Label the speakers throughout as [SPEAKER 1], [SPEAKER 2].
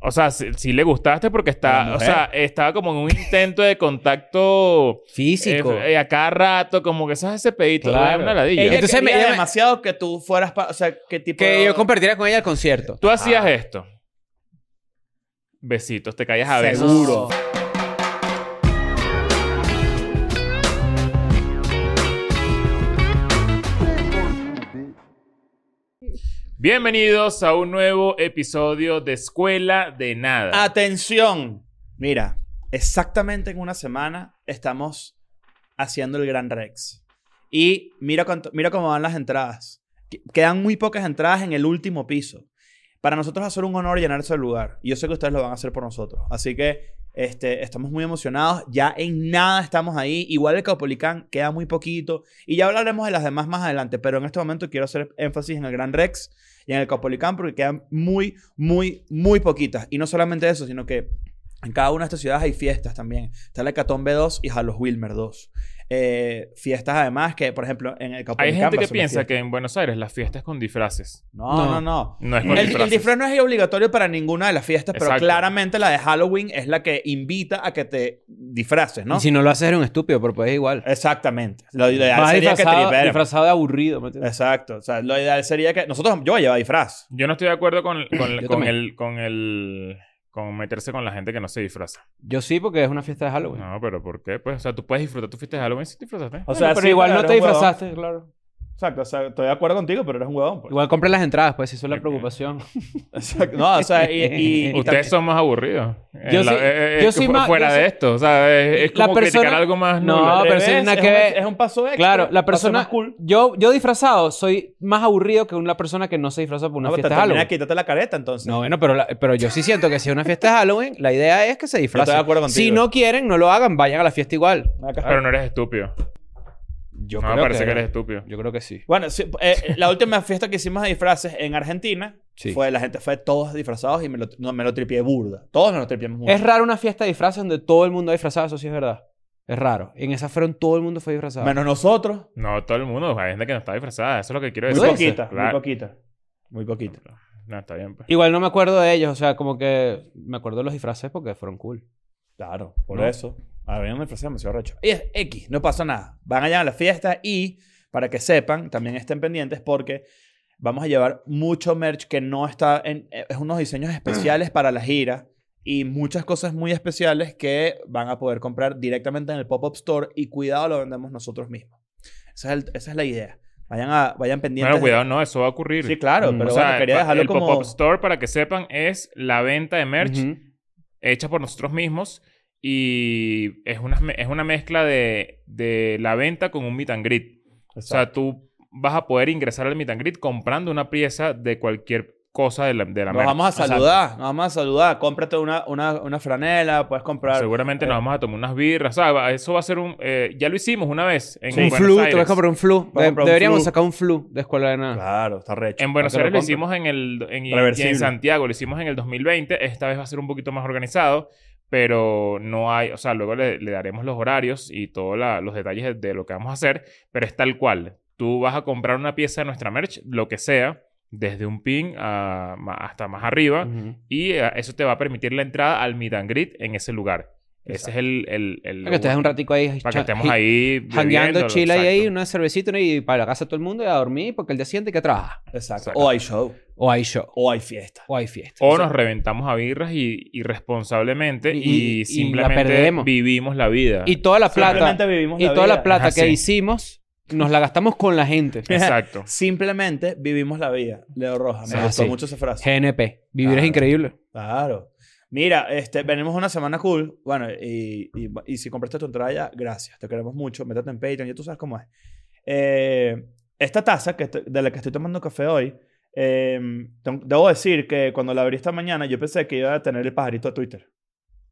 [SPEAKER 1] O sea, sí, sí le gustaste porque está,
[SPEAKER 2] La
[SPEAKER 1] o
[SPEAKER 2] mujer.
[SPEAKER 1] sea, estaba como en un intento de contacto
[SPEAKER 3] Físico.
[SPEAKER 1] eh, eh, a cada rato, como que eso es ese pedito,
[SPEAKER 3] Claro.
[SPEAKER 1] era una ladilla.
[SPEAKER 2] Ella
[SPEAKER 3] Entonces
[SPEAKER 2] Entonces
[SPEAKER 3] me-
[SPEAKER 2] me
[SPEAKER 3] ella me-
[SPEAKER 2] demasiado que tú fueras pa- O sea, ¿qué tipo
[SPEAKER 3] que
[SPEAKER 2] de-
[SPEAKER 3] yo compartiera con ella el concierto.
[SPEAKER 2] Ah.
[SPEAKER 1] Tú hacías esto. Besitos, te callas a besos.
[SPEAKER 2] Seguro.
[SPEAKER 1] Bienvenidos a un nuevo episodio de Escuela de Nada.
[SPEAKER 2] Ah, Atención. Mira, exactamente en una semana estamos haciendo el Gran Rex. Y mira, cuánto- mira cómo van las entradas. Qu- Quedan muy pocas entradas en el último piso. Para nosotros va a ser un honor llenar ese lugar. Y yo sé que ustedes lo van a hacer por nosotros. Así que este, estamos muy emocionados. Ya en nada estamos ahí. Igual el Caupolicán queda muy poquito. Y ya hablaremos de las demás más adelante. Pero en este momento quiero hacer énfasis en el Gran Rex y en el Caupolicán porque quedan muy, muy, muy poquitas. Y no solamente eso, sino que en cada una de estas ciudades hay fiestas también. Está la Hecatombe 2 y Jalos Wilmer 2. Eh, fiestas además que, por ejemplo, en el Caupolicán...
[SPEAKER 1] Hay gente
[SPEAKER 2] va a
[SPEAKER 1] que
[SPEAKER 2] ser una
[SPEAKER 1] piensa
[SPEAKER 2] fiesta.
[SPEAKER 1] que en Buenos Aires las fiestas con disfraces.
[SPEAKER 2] No, no, no.
[SPEAKER 1] No es con
[SPEAKER 2] El, el
[SPEAKER 1] disfraces.
[SPEAKER 2] disfraz no es obligatorio para ninguna de las fiestas, pero
[SPEAKER 1] Exacto.
[SPEAKER 2] claramente la de Halloween es la que invita a que te disfraces, ¿no?
[SPEAKER 3] Y si no lo haces, eres un estúpido, pero puedes igual.
[SPEAKER 2] Exactamente. Lo ideal
[SPEAKER 3] Vas
[SPEAKER 2] sería que
[SPEAKER 3] disfrazado,
[SPEAKER 2] tripearan.
[SPEAKER 3] disfrazado de aburrido, ¿me entiendes?
[SPEAKER 2] Exacto. O sea, lo ideal sería que... Nosotros... Yo voy a llevar disfraz.
[SPEAKER 1] Yo no estoy de acuerdo con, con, con
[SPEAKER 3] Yo también.
[SPEAKER 1] el, con el... Con meterse con la gente que no se disfraza.
[SPEAKER 3] Yo sí, porque es una fiesta de Halloween.
[SPEAKER 1] No, pero ¿por qué? Pues, o sea, tú puedes disfrutar tu fiesta de Halloween si te disfrazaste.
[SPEAKER 2] O
[SPEAKER 3] Bueno, pero
[SPEAKER 2] sí,
[SPEAKER 3] igual
[SPEAKER 2] claro,
[SPEAKER 3] no te
[SPEAKER 2] eres un huevón.
[SPEAKER 3] disfrazaste, claro.
[SPEAKER 2] Exacto. O sea, estoy de acuerdo contigo, pero eres un huevón. pues.
[SPEAKER 3] Igual compré las entradas, pues, si eso es la
[SPEAKER 1] Ok.
[SPEAKER 3] preocupación.
[SPEAKER 2] Exacto. No, o sea, y... y- y
[SPEAKER 1] Ustedes
[SPEAKER 2] también-
[SPEAKER 1] son más aburridos. En
[SPEAKER 3] Yo
[SPEAKER 1] la-
[SPEAKER 3] sí-
[SPEAKER 1] eh, eh,
[SPEAKER 3] yo soy
[SPEAKER 1] fu-
[SPEAKER 3] más-
[SPEAKER 1] Fuera
[SPEAKER 3] yo
[SPEAKER 1] de
[SPEAKER 3] soy-
[SPEAKER 1] esto. O sea, es, es
[SPEAKER 3] La
[SPEAKER 1] como
[SPEAKER 3] persona-
[SPEAKER 1] criticar algo más...
[SPEAKER 3] No,
[SPEAKER 1] nulo.
[SPEAKER 3] pero
[SPEAKER 2] Al
[SPEAKER 3] eso no
[SPEAKER 2] revés,
[SPEAKER 3] tiene
[SPEAKER 2] es
[SPEAKER 3] que
[SPEAKER 2] un-
[SPEAKER 3] ver.
[SPEAKER 2] Es un paso extra.
[SPEAKER 3] Claro, la
[SPEAKER 2] paso
[SPEAKER 3] persona.
[SPEAKER 2] más cool.
[SPEAKER 3] yo, yo disfrazado soy más aburrido que una persona que no se disfraza por una
[SPEAKER 2] No, pero
[SPEAKER 3] fiesta
[SPEAKER 2] te
[SPEAKER 3] de
[SPEAKER 2] termina
[SPEAKER 3] Halloween.
[SPEAKER 2] de quítate la careta, entonces.
[SPEAKER 3] No, bueno, pero, la- pero yo sí siento que si es una fiesta de Halloween, la idea es que se disfracen.
[SPEAKER 2] Yo estoy de acuerdo contigo.
[SPEAKER 3] Si no quieren, no lo hagan, vayan a la fiesta igual.
[SPEAKER 2] Acá.
[SPEAKER 1] Pero no eres estúpido.
[SPEAKER 3] Yo
[SPEAKER 1] no, me
[SPEAKER 3] creo
[SPEAKER 1] parece que,
[SPEAKER 3] que
[SPEAKER 1] eres estúpido.
[SPEAKER 3] Yo creo que sí.
[SPEAKER 2] Bueno, sí, eh, la última fiesta que hicimos de disfraces en Argentina
[SPEAKER 3] Sí.
[SPEAKER 2] fue la gente fue todos disfrazados y me lo, no, me lo tripié burda. Todos nos lo tripiamos burda.
[SPEAKER 3] Es raro una fiesta de disfraces donde todo el mundo ha disfrazado, eso sí es verdad. Es raro. En esa fueron todo el mundo fue disfrazado.
[SPEAKER 2] Menos nosotros.
[SPEAKER 1] No, todo el mundo. Hay gente que no está disfrazada. Eso es lo que quiero decir.
[SPEAKER 2] Muy
[SPEAKER 3] ¿Sí?
[SPEAKER 2] poquita, muy
[SPEAKER 1] Claro.
[SPEAKER 2] poquita. Muy poquita.
[SPEAKER 1] No, está bien. Pues.
[SPEAKER 3] Igual no me acuerdo de ellos, o sea, como que me acuerdo de los disfraces porque fueron cool.
[SPEAKER 2] Claro, por
[SPEAKER 1] No.
[SPEAKER 2] eso. A mí no me disfrazé demasiado recho. Y es X, no pasa nada. Van allá a la fiesta y, para que sepan, también estén pendientes porque vamos a llevar mucho merch que no está en... eh, Es unos diseños especiales para la gira y muchas cosas muy especiales que van a poder comprar directamente en el pop-up store y cuidado, lo vendemos nosotros mismos. Esa es, el- esa es la idea. Vayan, a, vayan pendientes.
[SPEAKER 1] Bueno, cuidado, no, eso va a ocurrir.
[SPEAKER 2] Sí, claro,
[SPEAKER 3] Mm,
[SPEAKER 2] pero
[SPEAKER 1] o
[SPEAKER 2] bueno,
[SPEAKER 1] sea,
[SPEAKER 2] quería
[SPEAKER 1] pa-
[SPEAKER 2] dejarlo
[SPEAKER 1] el
[SPEAKER 2] como...
[SPEAKER 1] pop-up store, para que sepan, es la venta de merch
[SPEAKER 3] Ujú.
[SPEAKER 1] hecha por nosotros mismos y es una, me- es una mezcla de, de la venta con un meet and greet. O sea, tú vas a poder ingresar al meet and greet comprando una pieza de cualquier cosa de la, de la
[SPEAKER 2] Nos
[SPEAKER 1] merch.
[SPEAKER 2] vamos a
[SPEAKER 1] Exacto.
[SPEAKER 2] saludar, nos vamos a saludar. Cómprate una, una, una franela, puedes comprar.
[SPEAKER 1] Seguramente
[SPEAKER 2] eh,
[SPEAKER 1] nos vamos a tomar unas birras. O sea, va- eso va a ser un... eh, ya lo hicimos una vez en
[SPEAKER 3] un
[SPEAKER 1] Buenos
[SPEAKER 3] flu, te
[SPEAKER 1] Aires.
[SPEAKER 3] voy a comprar un flu.
[SPEAKER 2] Voy a
[SPEAKER 3] De-
[SPEAKER 2] comprar un
[SPEAKER 3] deberíamos
[SPEAKER 2] flu.
[SPEAKER 3] sacar un flu de escuela de nada.
[SPEAKER 2] Claro, está recho.
[SPEAKER 1] En Buenos
[SPEAKER 2] Para que
[SPEAKER 1] Aires lo
[SPEAKER 2] compres.
[SPEAKER 1] hicimos en el en, y
[SPEAKER 2] Reversible.
[SPEAKER 1] en Santiago, lo hicimos en el 2020. Esta vez va a ser un poquito más organizado, pero no hay, o sea, luego le, le daremos los horarios y todos la- los detalles de, de lo que vamos a hacer, pero es tal cual. Tú vas a comprar una pieza de nuestra merch, lo que sea, desde un pin a- ma- hasta más arriba,
[SPEAKER 3] Ujú.
[SPEAKER 1] y eh, eso te va a permitir la entrada al meet and greet en ese lugar. Ese es el... el, el-
[SPEAKER 3] Para que estés un ratico ahí.
[SPEAKER 1] para que
[SPEAKER 3] cha-
[SPEAKER 1] estemos
[SPEAKER 3] hi-
[SPEAKER 1] ahí...
[SPEAKER 3] Jangueando
[SPEAKER 1] bebiéndolo,
[SPEAKER 3] chila y
[SPEAKER 1] exacto.
[SPEAKER 3] ahí, una cervecita y para la casa de todo el mundo y a dormir porque el día siguiente hay que trabaja.
[SPEAKER 2] Exacto.
[SPEAKER 1] Exacto.
[SPEAKER 2] O hay show,
[SPEAKER 3] O hay show.
[SPEAKER 2] o hay fiesta.
[SPEAKER 3] O hay fiesta.
[SPEAKER 1] O nos reventamos a birras y, irresponsablemente
[SPEAKER 3] Y-
[SPEAKER 1] y,
[SPEAKER 3] y- y la
[SPEAKER 1] simplemente
[SPEAKER 3] perdemos.
[SPEAKER 1] vivimos la vida.
[SPEAKER 3] Y toda la plata.
[SPEAKER 2] Simplemente vivimos
[SPEAKER 3] Y
[SPEAKER 2] la
[SPEAKER 3] toda
[SPEAKER 2] vida.
[SPEAKER 3] la plata
[SPEAKER 1] Es
[SPEAKER 3] que
[SPEAKER 1] así.
[SPEAKER 3] hicimos, nos la gastamos con la gente.
[SPEAKER 1] Exacto.
[SPEAKER 2] Simplemente vivimos la vida. Leo Roja, me
[SPEAKER 3] Sí,
[SPEAKER 2] gustó
[SPEAKER 3] sí.
[SPEAKER 2] mucho esa frase.
[SPEAKER 3] GNP. Vivir
[SPEAKER 2] Claro.
[SPEAKER 3] es increíble.
[SPEAKER 2] Claro. Mira, este, venimos una semana cool. Bueno, y, y- y si compraste tu entrada ya, gracias. Te queremos mucho. Métete en Patreon. Ya tú sabes cómo es. Eh, esta taza que estoy- de la que estoy tomando café hoy, eh, tengo- debo decir que cuando la abrí esta mañana, yo pensé que iba a tener el pajarito de Twitter.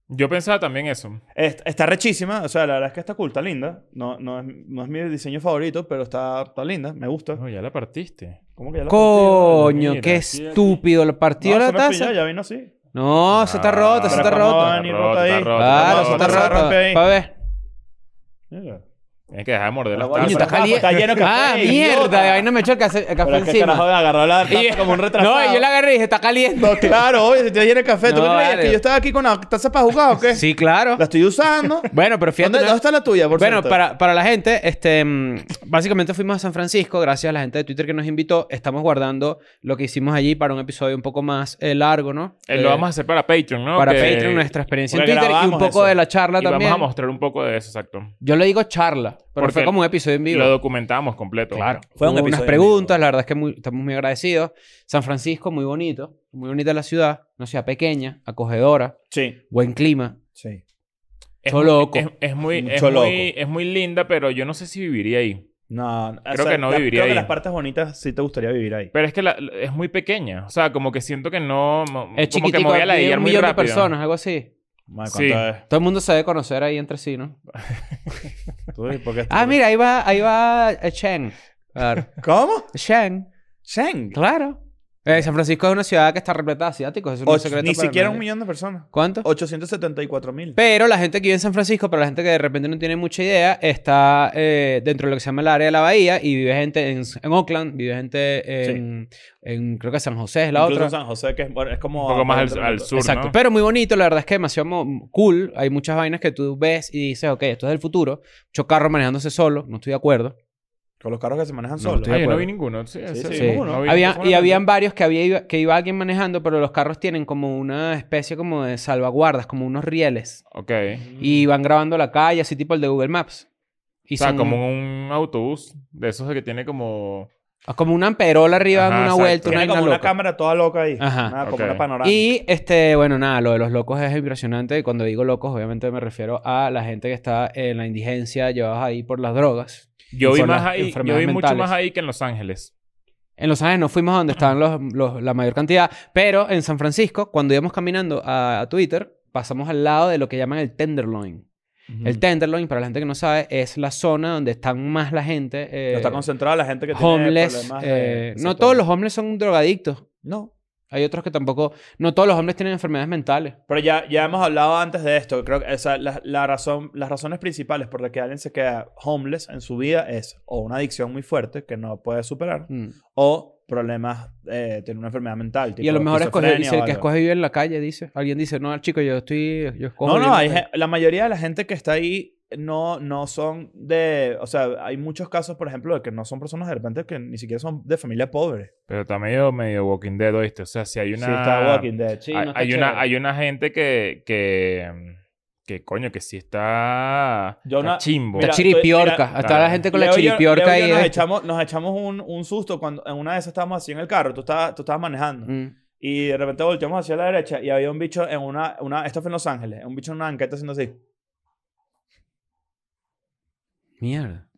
[SPEAKER 1] Yo pensaba también eso.
[SPEAKER 2] Est- está rechísima. O sea, la verdad es que está cool. Está linda. No, no, es, no es mi diseño favorito, pero está, está linda. Me gusta.
[SPEAKER 1] No, ya la partiste.
[SPEAKER 2] ¿Cómo que ya la partí?
[SPEAKER 3] Coño,
[SPEAKER 1] mira,
[SPEAKER 3] qué
[SPEAKER 1] sí, aquí.
[SPEAKER 3] estúpido. ¿Lo partió
[SPEAKER 2] No,
[SPEAKER 3] la
[SPEAKER 2] eso no es
[SPEAKER 3] taza?
[SPEAKER 2] pillado, ya vino así.
[SPEAKER 3] No, se está
[SPEAKER 1] Ah,
[SPEAKER 3] rota, se
[SPEAKER 2] Pero
[SPEAKER 3] está
[SPEAKER 2] ¿cómo va a
[SPEAKER 3] rota.
[SPEAKER 2] venir
[SPEAKER 1] Está
[SPEAKER 2] rota
[SPEAKER 1] rota,
[SPEAKER 2] ahí?
[SPEAKER 1] está rota.
[SPEAKER 3] Claro,
[SPEAKER 1] No,
[SPEAKER 3] se está
[SPEAKER 1] no se
[SPEAKER 3] rota.
[SPEAKER 2] rompe ahí.
[SPEAKER 3] Pa' ver.
[SPEAKER 2] Mira.
[SPEAKER 1] Tienes que dejar de morder las
[SPEAKER 2] Pero bueno,
[SPEAKER 3] Coño,
[SPEAKER 1] tazas.
[SPEAKER 3] está caliente.
[SPEAKER 2] Está lleno de
[SPEAKER 3] ah,
[SPEAKER 2] café,
[SPEAKER 3] mierda.
[SPEAKER 2] idiota.
[SPEAKER 3] De vaina me echó el café, el café
[SPEAKER 2] Pero es que carajo
[SPEAKER 3] encima.
[SPEAKER 2] de agarró la
[SPEAKER 3] Y-
[SPEAKER 2] taza como un retrasado.
[SPEAKER 3] No, y yo la agarré y dije, está caliente.
[SPEAKER 2] No, claro, obvio, si te llena el café. ¿Tú
[SPEAKER 3] No,
[SPEAKER 2] qué creías?
[SPEAKER 3] vale.
[SPEAKER 2] ¿Que yo estaba aquí con la taza para jugar o qué?
[SPEAKER 3] Sí, claro.
[SPEAKER 2] La estoy usando.
[SPEAKER 3] Bueno, pero fíjate.
[SPEAKER 2] ¿Dónde,
[SPEAKER 3] una-
[SPEAKER 2] dónde está la tuya, por
[SPEAKER 3] Bueno,
[SPEAKER 2] cierto?
[SPEAKER 3] para, para la gente, este, mm, básicamente fuimos a San Francisco, gracias a la gente de Twitter que nos invitó. Estamos guardando lo que hicimos allí para un episodio un poco más eh, largo, ¿no?
[SPEAKER 1] Eh, lo
[SPEAKER 3] Eh,
[SPEAKER 1] vamos a hacer para Patreon, ¿no?
[SPEAKER 3] para
[SPEAKER 1] Que-
[SPEAKER 3] Patreon, nuestra experiencia en
[SPEAKER 2] porque
[SPEAKER 3] Twitter y un
[SPEAKER 2] grabamos
[SPEAKER 3] poco
[SPEAKER 2] eso.
[SPEAKER 3] de la charla
[SPEAKER 1] Y
[SPEAKER 3] también.
[SPEAKER 1] vamos a mostrar un poco de eso, exacto.
[SPEAKER 3] Yo le digo charla, pero
[SPEAKER 1] Porque
[SPEAKER 3] fue como un episodio en vivo.
[SPEAKER 1] Lo documentamos completo.
[SPEAKER 3] Claro.
[SPEAKER 2] Fue
[SPEAKER 3] Fue
[SPEAKER 2] un episodio
[SPEAKER 3] unas
[SPEAKER 2] en
[SPEAKER 3] preguntas,
[SPEAKER 2] vivo.
[SPEAKER 3] la verdad es que muy- estamos muy agradecidos. San Francisco, muy bonito, muy bonita la ciudad, una ciudad pequeña, acogedora,
[SPEAKER 2] Sí,
[SPEAKER 3] buen clima.
[SPEAKER 2] sí.
[SPEAKER 1] Es
[SPEAKER 3] Choloco.
[SPEAKER 1] muy- Es, es muy, es,
[SPEAKER 2] Mucho loco.
[SPEAKER 1] muy, es muy linda, pero yo no sé si viviría ahí.
[SPEAKER 2] No, o
[SPEAKER 1] Creo que no
[SPEAKER 2] la-
[SPEAKER 1] viviría
[SPEAKER 2] creo que
[SPEAKER 1] ahí.
[SPEAKER 2] las partes bonitas sí te gustaría vivir ahí.
[SPEAKER 1] Pero es que la- la- es muy pequeña. O sea, como que siento que no... mo-
[SPEAKER 3] Es
[SPEAKER 1] como que
[SPEAKER 3] chiquitico,
[SPEAKER 1] movía la
[SPEAKER 3] vive
[SPEAKER 1] idea
[SPEAKER 3] un
[SPEAKER 1] muy
[SPEAKER 3] millón de
[SPEAKER 1] rápido.
[SPEAKER 3] personas, algo así.
[SPEAKER 2] Madre,
[SPEAKER 1] Sí.
[SPEAKER 2] ¿cuánto
[SPEAKER 3] Todo el mundo se debe conocer ahí entre sí, ¿no?
[SPEAKER 2] es? Tú, ¿y por qué-
[SPEAKER 3] Ah, mira, ahí va, ahí va eh, Chen. Claro.
[SPEAKER 2] ¿Cómo?
[SPEAKER 3] Chen,
[SPEAKER 2] Sheng.
[SPEAKER 3] claro. Eh, San Francisco es una ciudad que está repleta de asiáticos, eso no es un
[SPEAKER 2] Ocho-
[SPEAKER 3] secreto
[SPEAKER 2] Ni
[SPEAKER 3] para
[SPEAKER 2] siquiera
[SPEAKER 3] nadie.
[SPEAKER 2] un millón de personas.
[SPEAKER 3] ¿Cuánto?
[SPEAKER 2] 874 mil.
[SPEAKER 3] Pero la gente que vive en San Francisco, para la gente que de repente no tiene mucha idea, está eh, dentro de lo que se llama el área de la bahía y vive gente en, en Oakland, vive gente en, en- creo que San José es la
[SPEAKER 2] Incluso
[SPEAKER 3] otra.
[SPEAKER 2] San José, que es, bueno, es como...
[SPEAKER 1] Un poco más al,
[SPEAKER 2] otro
[SPEAKER 1] al
[SPEAKER 2] mundo.
[SPEAKER 1] sur,
[SPEAKER 3] Exacto,
[SPEAKER 1] ¿no?
[SPEAKER 3] pero muy bonito, la verdad es que demasiado mo- cool. Hay muchas vainas que tú ves y dices, ok, esto es del futuro. Muchos carros manejándose solo, no estoy de acuerdo.
[SPEAKER 2] Con los carros que se manejan
[SPEAKER 3] No,
[SPEAKER 2] solos.
[SPEAKER 3] estoy de
[SPEAKER 1] Ah, yo no
[SPEAKER 3] acuerdo.
[SPEAKER 1] vi ninguno. Sí,
[SPEAKER 2] Sí,
[SPEAKER 1] sí,
[SPEAKER 2] sí,
[SPEAKER 1] sí.
[SPEAKER 2] ninguno.
[SPEAKER 1] No vi-
[SPEAKER 3] pues. Había-
[SPEAKER 1] ninguno
[SPEAKER 3] y
[SPEAKER 1] también.
[SPEAKER 3] habían varios que, había, que iba alguien manejando, pero los carros tienen como una especie como de salvaguardas, como unos rieles.
[SPEAKER 1] Ok.
[SPEAKER 3] Y van grabando la calle, así tipo el de Google Maps.
[SPEAKER 1] Mm.
[SPEAKER 3] Y
[SPEAKER 1] o sea,
[SPEAKER 3] son-
[SPEAKER 1] como un autobús de esos que tiene como...
[SPEAKER 3] Ah, Como una amperola arriba
[SPEAKER 1] Ajá,
[SPEAKER 3] dando una
[SPEAKER 1] exacto.
[SPEAKER 3] vuelta, una,
[SPEAKER 2] Tiene como
[SPEAKER 3] vaina
[SPEAKER 2] una
[SPEAKER 3] loca.
[SPEAKER 2] cámara toda loca ahí.
[SPEAKER 3] Ajá.
[SPEAKER 2] Nada,
[SPEAKER 1] Ok.
[SPEAKER 2] Como una panorámica.
[SPEAKER 3] Y este, bueno, nada, lo de los locos es impresionante. Y cuando digo locos, obviamente me refiero a la gente que está en la indigencia, llevados ahí por las drogas.
[SPEAKER 1] Yo
[SPEAKER 3] Y
[SPEAKER 1] vi
[SPEAKER 3] por
[SPEAKER 1] más
[SPEAKER 3] las
[SPEAKER 1] ahí... Yo
[SPEAKER 3] enfermedades
[SPEAKER 1] vi mucho
[SPEAKER 3] mentales.
[SPEAKER 1] más ahí que en Los Ángeles.
[SPEAKER 3] En Los Ángeles no fuimos a donde estaban los, los- la mayor cantidad, pero en San Francisco, cuando íbamos caminando a, a Twitter, pasamos al lado de lo que llaman el Tenderloin.
[SPEAKER 2] Mm.
[SPEAKER 3] El Tenderloin, para la gente que no sabe, es la zona donde están más la gente. eh,
[SPEAKER 2] Pero está concentrada la gente que
[SPEAKER 3] homeless.
[SPEAKER 2] tiene problemas de-
[SPEAKER 3] eh, no todos los homeless son drogadictos.
[SPEAKER 2] No.
[SPEAKER 3] Hay otros que tampoco. No todos los hombres tienen enfermedades mentales.
[SPEAKER 2] Pero ya, ya hemos hablado antes de esto. Creo que o sea, la, la razón, las razones principales por las que alguien se queda homeless en su vida es o una adicción muy fuerte que no puede superar
[SPEAKER 3] Mm.
[SPEAKER 2] o problemas, eh, tiene una enfermedad mental.
[SPEAKER 3] y a lo
[SPEAKER 2] tipo
[SPEAKER 3] mejor escoger,
[SPEAKER 2] esquizofrenia
[SPEAKER 3] dice,
[SPEAKER 2] o
[SPEAKER 3] el que
[SPEAKER 2] algo.
[SPEAKER 3] escoge vivir en la calle, dice. Alguien dice, no, chico, yo estoy. Yo escojo
[SPEAKER 2] No,
[SPEAKER 3] vivir
[SPEAKER 2] no,
[SPEAKER 3] en
[SPEAKER 2] hay
[SPEAKER 3] la
[SPEAKER 2] gen-
[SPEAKER 3] calle".
[SPEAKER 2] la mayoría de la gente que está ahí no, no son de. O sea, hay muchos casos, por ejemplo, de que no son personas de repente que ni siquiera son de familia pobre.
[SPEAKER 1] Pero está medio, medio Walking Dead, ¿oíste? O sea, si hay una...
[SPEAKER 2] Sí, está Walking Dead.
[SPEAKER 3] Sí,
[SPEAKER 1] hay,
[SPEAKER 3] no está
[SPEAKER 1] hay una,
[SPEAKER 3] chévere.
[SPEAKER 1] hay una gente que, que... Que coño, que sí está...
[SPEAKER 2] Yo
[SPEAKER 1] está
[SPEAKER 2] una-
[SPEAKER 1] chimbo.
[SPEAKER 3] La
[SPEAKER 2] Mira,
[SPEAKER 3] chiripiorca.
[SPEAKER 2] estoy- mira,
[SPEAKER 3] Hasta
[SPEAKER 1] claro.
[SPEAKER 3] la gente con la
[SPEAKER 2] Leo y yo-
[SPEAKER 3] chiripiorca
[SPEAKER 2] Leo y
[SPEAKER 3] ahí.
[SPEAKER 2] yo nos
[SPEAKER 3] eh.
[SPEAKER 2] echamos, nos echamos un, un susto cuando en una de esas estábamos así en el carro. Tú estabas, tú estabas manejando.
[SPEAKER 3] Mm.
[SPEAKER 2] Y de repente volteamos hacia la derecha y había un bicho en una. una esto fue en Los Ángeles. Un bicho en una banqueta haciendo así.
[SPEAKER 3] Mierda.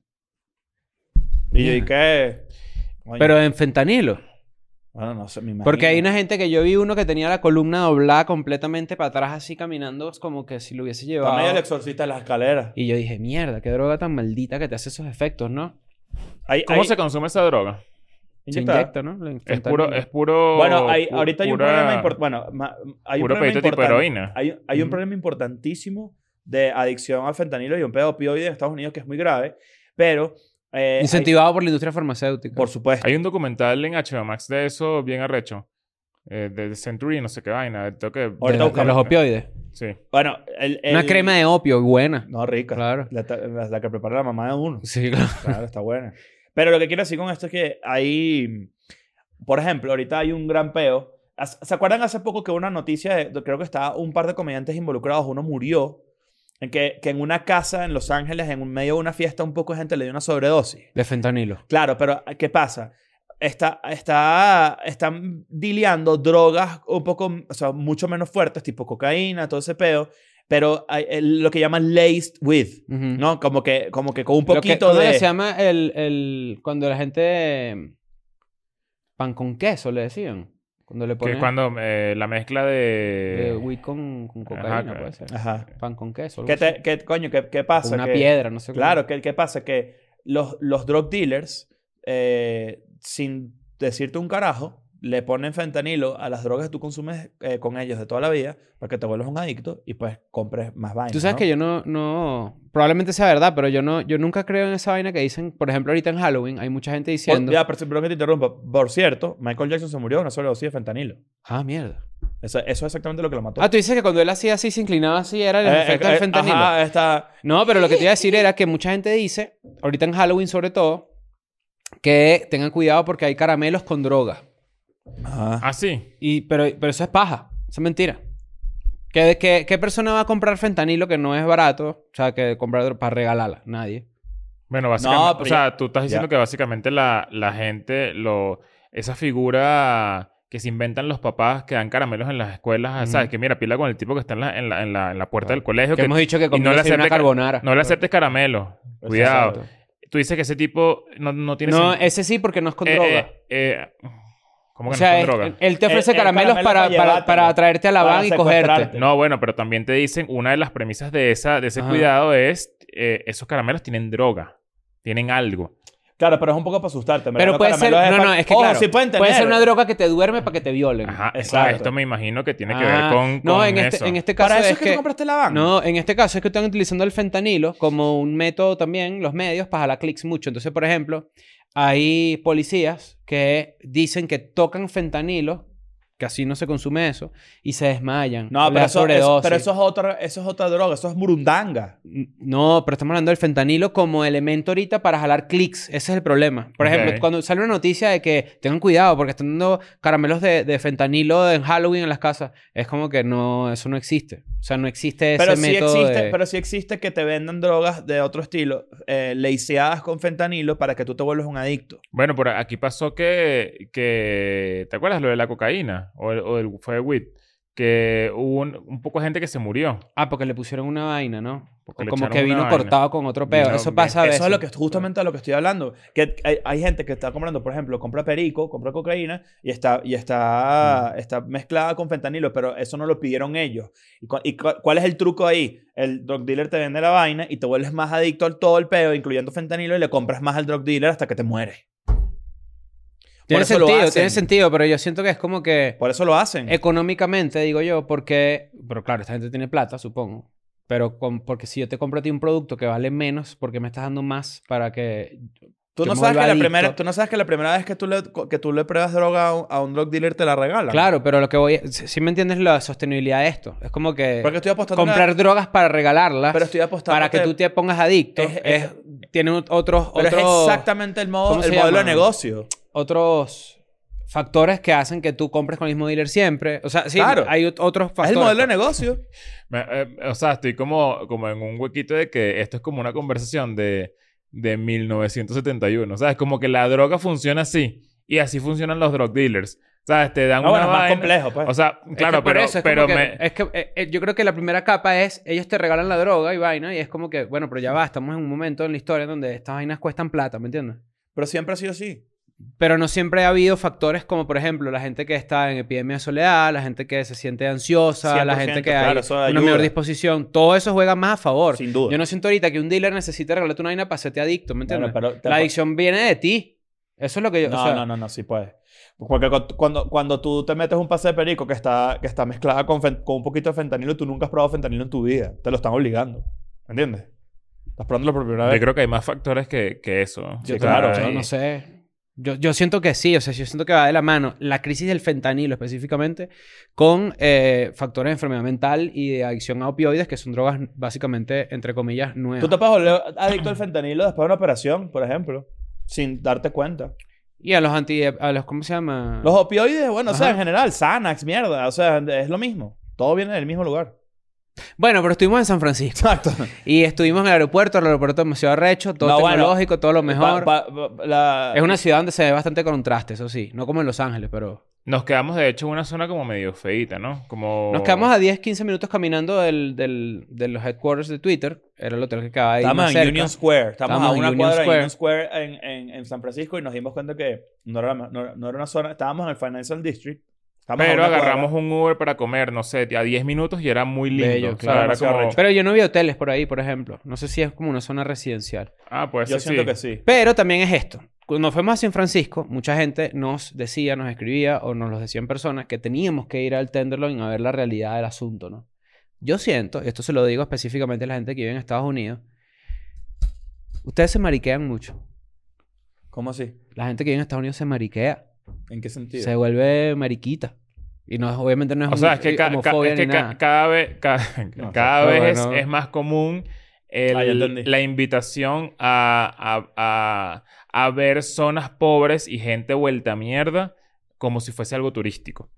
[SPEAKER 2] Y yo
[SPEAKER 1] Mm.
[SPEAKER 3] Mierda.
[SPEAKER 2] dije, ¿qué? Coño,
[SPEAKER 3] Pero en fentanilo.
[SPEAKER 2] Bueno, no sé, me imagino.
[SPEAKER 3] Porque hay una gente que yo vi uno que tenía la columna doblada completamente para atrás, así caminando, como que si lo hubiese
[SPEAKER 2] Está medio el
[SPEAKER 3] llevado.
[SPEAKER 2] exorcista de las escaleras.
[SPEAKER 3] Y yo dije, mierda, qué droga tan maldita que te hace esos efectos, ¿no?
[SPEAKER 2] Hay-
[SPEAKER 1] ¿Cómo
[SPEAKER 2] hay-
[SPEAKER 1] se consume esa droga?
[SPEAKER 3] Se
[SPEAKER 2] inyectada.
[SPEAKER 3] inyecta, ¿no? La
[SPEAKER 1] Es
[SPEAKER 3] fentanilo.
[SPEAKER 1] puro... Es puro
[SPEAKER 2] Bueno, hay,
[SPEAKER 1] pu-
[SPEAKER 2] ahorita hay un
[SPEAKER 1] pura-
[SPEAKER 2] problema importante. Bueno, ma- hay un
[SPEAKER 1] puro
[SPEAKER 2] problema
[SPEAKER 1] pedito tipo
[SPEAKER 2] importante.
[SPEAKER 1] heroína.
[SPEAKER 2] Hay, hay un
[SPEAKER 3] Ujú.
[SPEAKER 2] problema importantísimo de adicción al fentanilo y un pedo de opioide en Estados Unidos que es muy grave, pero... eh,
[SPEAKER 3] Incentivado por la industria
[SPEAKER 2] hay-
[SPEAKER 3] farmacéutica.
[SPEAKER 2] por supuesto.
[SPEAKER 1] Hay un documental en HBO Max de eso bien arrecho. Eh, de, de Century, no sé qué vaina. Tengo que...
[SPEAKER 3] De-
[SPEAKER 2] Ahorita
[SPEAKER 3] de
[SPEAKER 2] buscamos.
[SPEAKER 3] los opioides.
[SPEAKER 1] Sí.
[SPEAKER 2] Bueno, el, el-
[SPEAKER 3] Una crema de opio buena.
[SPEAKER 2] No, rica.
[SPEAKER 3] Claro.
[SPEAKER 2] La, ta- la- la que prepara la mamá de uno.
[SPEAKER 3] Sí, claro.
[SPEAKER 2] Claro, está buena. Pero lo que quiero decir con esto es que hay... Por ejemplo, ahorita hay un gran peo. As- ¿Se acuerdan hace poco que hubo una noticia, de- de- creo que estaba un par de comediantes involucrados, uno murió, en que, que en una casa en Los Ángeles, en un medio de una fiesta, un poco de gente le dio una sobredosis?
[SPEAKER 3] De fentanilo.
[SPEAKER 2] Claro, pero ¿qué pasa? Está, está, están dileando drogas un poco, o sea, mucho menos fuertes, tipo cocaína, todo ese peo, pero hay- el- lo que llaman laced with,
[SPEAKER 3] Ujú.
[SPEAKER 2] ¿no? Como que, como que con un
[SPEAKER 3] Lo que-
[SPEAKER 2] poquito
[SPEAKER 3] ¿cómo
[SPEAKER 2] de...
[SPEAKER 3] se llama el, el- Cuando la gente... eh, Pan con queso, le decían. Cuando le
[SPEAKER 1] Que
[SPEAKER 3] ponen...
[SPEAKER 1] es cuando eh, la mezcla
[SPEAKER 3] eh,
[SPEAKER 1] de...
[SPEAKER 3] weed con, con
[SPEAKER 1] Ajá,
[SPEAKER 3] cocaína,
[SPEAKER 1] claro.
[SPEAKER 3] puede ser.
[SPEAKER 2] Ajá.
[SPEAKER 3] Pan con queso. algo
[SPEAKER 2] ¿Qué, te-
[SPEAKER 3] así.
[SPEAKER 2] qué- coño, qué, qué
[SPEAKER 3] Eh, Con
[SPEAKER 2] pasa?
[SPEAKER 3] una
[SPEAKER 2] que,
[SPEAKER 3] piedra, no sé cómo.
[SPEAKER 2] Claro, ¿qué, qué pasa? Que los, los drug dealers, eh, sin decirte un carajo, le ponen fentanilo a las drogas que tú consumes eh, con ellos de toda la vida para que te vuelvas un adicto y pues compres más vainas.
[SPEAKER 3] Tú sabes
[SPEAKER 2] ¿no?
[SPEAKER 3] que yo no, no, probablemente sea verdad, pero yo no, yo nunca creo en esa vaina que dicen, por ejemplo, ahorita en Halloween hay mucha gente
[SPEAKER 2] Por-
[SPEAKER 3] diciendo,
[SPEAKER 2] ya, pero, perdón que te interrumpa. Por cierto, Michael Jackson se murió de una sobredosis de fentanilo.
[SPEAKER 3] ah, mierda.
[SPEAKER 2] Eso, eso es exactamente lo que lo mató.
[SPEAKER 3] Ah, tú dices que cuando él hacía así, se inclinaba así, era el
[SPEAKER 2] Eh,
[SPEAKER 3] efecto
[SPEAKER 2] eh,
[SPEAKER 3] del
[SPEAKER 2] eh,
[SPEAKER 3] fentanilo.
[SPEAKER 2] Ajá, está...
[SPEAKER 3] No, pero lo que te iba a decir era que mucha gente dice, ahorita en Halloween sobre todo, que tengan cuidado porque hay caramelos con droga.
[SPEAKER 2] Ajá.
[SPEAKER 1] Ah, sí.
[SPEAKER 3] Y, pero, pero eso es paja. Eso es mentira. ¿Qué, qué, qué persona va a comprar fentanilo que no es barato? O sea, que comprar dro- para regalarla. Nadie.
[SPEAKER 1] Bueno, básicamente.
[SPEAKER 2] pero
[SPEAKER 1] o sea, tú estás diciendo
[SPEAKER 2] ya.
[SPEAKER 1] que básicamente la, la gente, lo, esa figura que se inventan los papás que dan caramelos en las escuelas,
[SPEAKER 3] Ujú.
[SPEAKER 1] ¿sabes? Que mira, pila con el tipo que está en la, en la, en la, en la puerta
[SPEAKER 3] Claro.
[SPEAKER 1] del colegio.
[SPEAKER 3] que
[SPEAKER 1] Que
[SPEAKER 3] hemos dicho que
[SPEAKER 1] y no
[SPEAKER 3] no
[SPEAKER 1] le
[SPEAKER 3] le una
[SPEAKER 1] acepte-
[SPEAKER 3] carbonara.
[SPEAKER 1] no le aceptes caramelo. Cuidado.
[SPEAKER 3] Exacto.
[SPEAKER 1] Tú dices que ese tipo no, no tiene.
[SPEAKER 3] No,
[SPEAKER 1] sen-
[SPEAKER 3] ese sí porque no es con
[SPEAKER 1] Eh,
[SPEAKER 3] droga.
[SPEAKER 1] eh, eh, ¿Cómo
[SPEAKER 3] o
[SPEAKER 1] que
[SPEAKER 3] sea,
[SPEAKER 1] no es con
[SPEAKER 3] es-
[SPEAKER 1] droga?
[SPEAKER 3] él te ofrece
[SPEAKER 2] El- el
[SPEAKER 3] caramelos
[SPEAKER 2] caramelo
[SPEAKER 3] para,
[SPEAKER 2] para
[SPEAKER 3] para,
[SPEAKER 2] llevártelo,
[SPEAKER 3] para traerte a la
[SPEAKER 2] para
[SPEAKER 3] van y
[SPEAKER 2] secuestrarte.
[SPEAKER 3] cogerte.
[SPEAKER 1] No, bueno, pero también te dicen, una de las premisas de, esa, de ese
[SPEAKER 3] Ajá.
[SPEAKER 1] cuidado es, eh, esos caramelos tienen droga, tienen algo.
[SPEAKER 2] Claro, pero es un poco para asustarte. en verdad,
[SPEAKER 3] Pero
[SPEAKER 2] no
[SPEAKER 3] puede ser...
[SPEAKER 2] caramelo, es
[SPEAKER 3] No,
[SPEAKER 2] para-
[SPEAKER 3] no, es que
[SPEAKER 2] Ojo,
[SPEAKER 3] claro,
[SPEAKER 2] sí pueden
[SPEAKER 3] Puede ser
[SPEAKER 2] tener.
[SPEAKER 3] una droga que te duerme para que te violen.
[SPEAKER 1] Ajá, esto-
[SPEAKER 2] Exacto.
[SPEAKER 1] Esto me imagino que tiene que
[SPEAKER 3] Ah,
[SPEAKER 1] ver con,
[SPEAKER 3] no,
[SPEAKER 1] con
[SPEAKER 3] en
[SPEAKER 1] eso.
[SPEAKER 3] este, en este caso
[SPEAKER 2] Para eso
[SPEAKER 3] es
[SPEAKER 2] es que, tú compraste la van.
[SPEAKER 3] No, en este caso es que están utilizando el fentanilo como un método también, los medios, para jalar clics mucho. Entonces, por ejemplo, hay policías que dicen que tocan fentanilo, que así no se consume eso, y se desmayan.
[SPEAKER 2] No,
[SPEAKER 3] Le
[SPEAKER 2] pero
[SPEAKER 3] da
[SPEAKER 2] eso,
[SPEAKER 3] sobredosis.
[SPEAKER 2] eso- pero eso es otra, eso es otra droga, eso es murundanga.
[SPEAKER 3] No, pero estamos hablando del fentanilo como elemento ahorita para jalar clics. Ese es el problema. Por
[SPEAKER 1] Ok.
[SPEAKER 3] ejemplo, cuando sale una noticia de que tengan cuidado porque están dando caramelos de, de fentanilo en Halloween en las casas, es como que no, eso no existe. O sea, no existe ese
[SPEAKER 2] Pero sí,
[SPEAKER 3] método.
[SPEAKER 2] existe,
[SPEAKER 3] de-
[SPEAKER 2] pero sí existe que te vendan drogas de otro estilo, eh, leiseadas con fentanilo para que tú te vuelvas un adicto.
[SPEAKER 1] Bueno, por aquí pasó que, que, ¿te acuerdas lo de la cocaína? O, el- o del, fue el weed. Que hubo un, un poco de gente que se murió.
[SPEAKER 3] Ah, porque le pusieron una vaina, ¿no?
[SPEAKER 1] Porque le
[SPEAKER 3] como
[SPEAKER 1] echaron
[SPEAKER 3] que
[SPEAKER 1] una
[SPEAKER 3] vino
[SPEAKER 1] vaina.
[SPEAKER 3] cortado con otro peo.
[SPEAKER 1] Vino-
[SPEAKER 3] eso pasa a veces.
[SPEAKER 2] Eso es lo que justamente a lo que estoy hablando. Que hay, hay gente que está comprando, por ejemplo, compra perico, compra cocaína y está, y está,
[SPEAKER 3] Mm.
[SPEAKER 2] está mezclada con fentanilo, pero eso no lo pidieron ellos. ¿Y, cu- y cu- cuál es el truco ahí? El drug dealer te vende la vaina y te vuelves más adicto al todo el peo, incluyendo fentanilo, y le compras más al drug dealer hasta que te mueres.
[SPEAKER 3] Tiene
[SPEAKER 2] eso lo
[SPEAKER 3] sentido,
[SPEAKER 2] hacen.
[SPEAKER 3] tiene sentido, pero yo siento que es como que
[SPEAKER 2] Por eso lo hacen.
[SPEAKER 3] Eh, económicamente, digo yo, porque. Pero claro, esta gente tiene plata, supongo. Pero con- porque si yo te compro a ti un producto que vale menos, porque me estás dando más para que.
[SPEAKER 2] Tú
[SPEAKER 3] que
[SPEAKER 2] no, sabes
[SPEAKER 3] me vuelva
[SPEAKER 2] que la
[SPEAKER 3] adicto.
[SPEAKER 2] primera, tú no sabes que la primera vez que tú le, que tú le pruebas droga a un, a un drug dealer te la regalan.
[SPEAKER 3] Claro, pero lo que voy. Si si me entiendes la sostenibilidad de esto. Es como que.
[SPEAKER 2] Porque estoy apostando.
[SPEAKER 3] comprar drogas para regalarlas.
[SPEAKER 2] Pero estoy apostando.
[SPEAKER 3] para que tú te pongas adicto.
[SPEAKER 2] Es-
[SPEAKER 3] es- tiene otros.
[SPEAKER 2] Pero
[SPEAKER 3] otros-
[SPEAKER 2] es exactamente el, modo,
[SPEAKER 3] ¿Cómo
[SPEAKER 2] el
[SPEAKER 3] se
[SPEAKER 2] modelo de
[SPEAKER 3] llama?
[SPEAKER 2] negocio.
[SPEAKER 3] otros factores que hacen que tú compres con el mismo dealer siempre. O sea, sí,
[SPEAKER 2] Claro.
[SPEAKER 3] hay ot- otros factores.
[SPEAKER 2] Es el modelo de negocio.
[SPEAKER 1] Me- eh, o sea, estoy como, como en un huequito de que esto es como una conversación de, de 1971. O sea, es como que la droga funciona así. Y así funcionan los drug dealers. ¿Sabes? Te dan
[SPEAKER 2] No,
[SPEAKER 1] una
[SPEAKER 2] bueno, es más
[SPEAKER 1] vaina-
[SPEAKER 2] complejo, pues.
[SPEAKER 1] O sea,
[SPEAKER 3] Es que
[SPEAKER 1] claro,
[SPEAKER 3] por
[SPEAKER 1] pero,
[SPEAKER 3] eso es como
[SPEAKER 1] pero
[SPEAKER 3] que-
[SPEAKER 1] me...
[SPEAKER 3] es que eh, eh, yo creo que la primera capa es ellos te regalan la droga y vaina y es como que, bueno, pero ya va, estamos en un momento en la historia donde estas vainas cuestan plata, ¿me entiendes?
[SPEAKER 2] Pero siempre ha sido así.
[SPEAKER 3] Pero no siempre ha habido factores como, por ejemplo, la gente que está en epidemia de soledad, la gente que se siente ansiosa, la
[SPEAKER 2] 100%,
[SPEAKER 3] gente que
[SPEAKER 2] claro,
[SPEAKER 3] hay
[SPEAKER 2] eso
[SPEAKER 3] una
[SPEAKER 2] ayuda.
[SPEAKER 3] mejor disposición. Todo eso juega más a favor.
[SPEAKER 2] Sin duda.
[SPEAKER 3] Yo no siento ahorita que un dealer necesite regalarte una vaina para hacerte adicto, ¿me entiendes?
[SPEAKER 2] Bueno, pero te-
[SPEAKER 3] la adicción viene de ti. Eso es lo que yo... o
[SPEAKER 2] No,
[SPEAKER 3] sea,
[SPEAKER 2] no, no, no, sí puedes. Porque cu- cuando, cuando tú te metes un pase de perico que está, que está mezclada con, fen- con un poquito de fentanilo, tú nunca has probado fentanilo en tu vida. Te lo están obligando. ¿Entiendes? Estás probándolo por primera
[SPEAKER 1] Yo
[SPEAKER 2] vez.
[SPEAKER 1] creo que hay más factores que, que eso.
[SPEAKER 2] Sí,
[SPEAKER 1] O sea,
[SPEAKER 2] claro,
[SPEAKER 3] Yo
[SPEAKER 2] claro,
[SPEAKER 1] hay-
[SPEAKER 3] no sé. Yo, yo siento que sí, o sea, yo siento que va de la mano la crisis del fentanilo específicamente con eh, factores de enfermedad mental y de adicción a opioides, que son drogas básicamente, entre comillas, nuevas.
[SPEAKER 2] Tú te puedes volver adicto al fentanilo después de una operación, por ejemplo, sin darte cuenta.
[SPEAKER 3] Y a los anti... A los, ¿Cómo se llama?
[SPEAKER 2] Los opioides, bueno, o sea,
[SPEAKER 3] Ah. Ajá.
[SPEAKER 2] en general, Xanax, mierda, o sea, es lo mismo. Todo viene del mismo lugar.
[SPEAKER 3] Bueno, pero estuvimos en San Francisco.
[SPEAKER 2] Exacto.
[SPEAKER 3] Y estuvimos en el aeropuerto, el aeropuerto demasiado recho, todo
[SPEAKER 2] No, bueno.
[SPEAKER 3] tecnológico, todo lo mejor.
[SPEAKER 2] Pa- pa- pa- la-
[SPEAKER 3] Es una ciudad donde se ve bastante contraste, eso sí. No como en Los Ángeles, pero...
[SPEAKER 1] Nos quedamos, de hecho, en una zona como medio feita, ¿no?
[SPEAKER 2] Oh.
[SPEAKER 1] Como...
[SPEAKER 3] Nos quedamos a 10, 15 minutos caminando del, del, de los headquarters de Twitter. Era el hotel que quedaba ahí
[SPEAKER 2] Estamos
[SPEAKER 3] más
[SPEAKER 2] en
[SPEAKER 3] cerca.
[SPEAKER 2] Union Square. Estamos,
[SPEAKER 3] Estamos
[SPEAKER 2] a
[SPEAKER 3] en
[SPEAKER 2] una
[SPEAKER 3] Union
[SPEAKER 2] cuadra de
[SPEAKER 3] Square.
[SPEAKER 2] Union Square en, en- en San Francisco y nos dimos cuenta que no era, la- no, no era una zona. Estábamos en el Financial District. Estábamos a
[SPEAKER 1] Pero
[SPEAKER 2] una
[SPEAKER 1] agarramos
[SPEAKER 2] cuadra.
[SPEAKER 1] un Uber para comer, no sé, a 10 minutos y era muy lindo.
[SPEAKER 3] Bello,
[SPEAKER 1] o sea,
[SPEAKER 3] claro,
[SPEAKER 1] era
[SPEAKER 2] demasiado
[SPEAKER 1] como-
[SPEAKER 2] recho.
[SPEAKER 3] Pero yo no vi hoteles por ahí, por ejemplo. No sé si es como una zona residencial.
[SPEAKER 1] Ah, pues
[SPEAKER 2] Yo
[SPEAKER 1] sí,
[SPEAKER 2] siento
[SPEAKER 1] sí.
[SPEAKER 2] que sí.
[SPEAKER 3] Pero también es esto. Cuando fuimos a San Francisco, mucha gente nos decía, nos escribía o nos lo decían personas que teníamos que ir al Tenderloin a ver la realidad del asunto, ¿no? Yo siento, y esto se lo digo específicamente a la gente que vive en Estados Unidos, ustedes se mariquean mucho.
[SPEAKER 2] ¿Cómo así?
[SPEAKER 3] La gente que vive en Estados Unidos se mariquea,
[SPEAKER 2] ¿En qué sentido?
[SPEAKER 3] se vuelve mariquita. Y no es, obviamente no es
[SPEAKER 1] O sea, es
[SPEAKER 3] homo-
[SPEAKER 1] que, ca- ca-
[SPEAKER 3] homofobia
[SPEAKER 1] es que
[SPEAKER 3] ni
[SPEAKER 1] ca-
[SPEAKER 3] nada.
[SPEAKER 1] cada vez, ca-
[SPEAKER 2] No,
[SPEAKER 1] cada
[SPEAKER 3] pero
[SPEAKER 1] vez es-
[SPEAKER 3] bueno.
[SPEAKER 1] es, más común el-
[SPEAKER 2] Ah, ya entendí.
[SPEAKER 1] la invitación a, a- a- a ver zonas pobres y gente vuelta a mierda como si fuese algo turístico.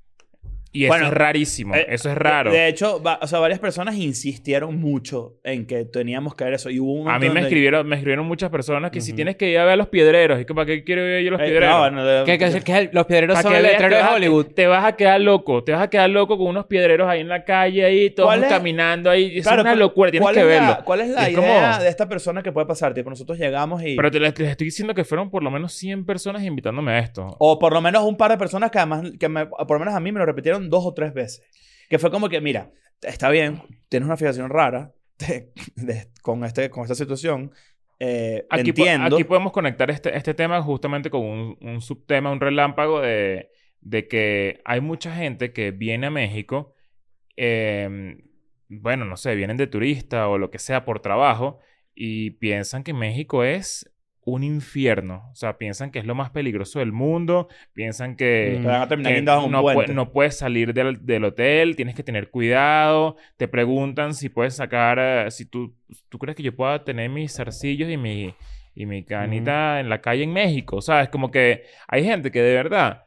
[SPEAKER 1] Y eso
[SPEAKER 2] Bueno,
[SPEAKER 1] es rarísimo.
[SPEAKER 2] eh,
[SPEAKER 1] eso es raro.
[SPEAKER 2] De, de hecho, va- o sea, varias personas insistieron mucho en que teníamos que ver eso. Y hubo un
[SPEAKER 1] a mí me
[SPEAKER 2] momento donde-
[SPEAKER 1] escribieron, me escribieron muchas personas que si
[SPEAKER 3] Ujú.
[SPEAKER 1] tienes que ir a ver a los piedreros, y que para qué quiero ir yo a los
[SPEAKER 2] Eh,
[SPEAKER 1] piedreros.
[SPEAKER 2] no, bueno, de-
[SPEAKER 3] Que, que- que los piedreros
[SPEAKER 1] Para
[SPEAKER 3] son
[SPEAKER 1] que
[SPEAKER 3] el
[SPEAKER 1] veas,
[SPEAKER 3] letrero
[SPEAKER 1] te
[SPEAKER 3] de
[SPEAKER 1] vas a-
[SPEAKER 3] Hollywood.
[SPEAKER 1] Te vas a quedar loco. Te vas a quedar loco con unos piedreros ahí en la calle, ahí, todos
[SPEAKER 2] ¿Cuál es?
[SPEAKER 1] caminando ahí. Es
[SPEAKER 2] Claro,
[SPEAKER 1] una
[SPEAKER 2] ¿cuál-
[SPEAKER 1] locura, tienes
[SPEAKER 2] ¿Cuál
[SPEAKER 1] que
[SPEAKER 2] es
[SPEAKER 1] verlo.
[SPEAKER 2] La, ¿Cuál es la
[SPEAKER 1] Es como-
[SPEAKER 2] idea de esta persona que puede pasar? Tipo, nosotros llegamos y...
[SPEAKER 1] Pero te les, les estoy diciendo que fueron por lo menos 100 personas invitándome a esto.
[SPEAKER 2] O por lo menos un par de personas que además, que me- por lo menos a mí me lo repitieron dos o tres veces. Que fue como que, mira, está bien, tienes una fijación rara te- de- con, este, con esta situación. eh,
[SPEAKER 1] Aquí, po-
[SPEAKER 2] entiendo.
[SPEAKER 1] aquí podemos conectar este, este tema justamente con un, un subtema, un relámpago de, de que hay mucha gente que viene a México, eh, bueno, no sé, vienen de turista o lo que sea por trabajo y piensan que México es un infierno. O sea, piensan que es lo más peligroso del mundo, piensan que...
[SPEAKER 3] Mm.
[SPEAKER 2] te van a terminar
[SPEAKER 1] que
[SPEAKER 2] guindados en un
[SPEAKER 1] no, pue-
[SPEAKER 2] puente.
[SPEAKER 1] no puedes salir del, del hotel, tienes que tener cuidado. Te preguntan si puedes sacar, eh, si tú, tú crees que yo pueda tener mis zarcillos y mi, y mi canita en la calle en México. ¿Sabes? Como que hay gente que de verdad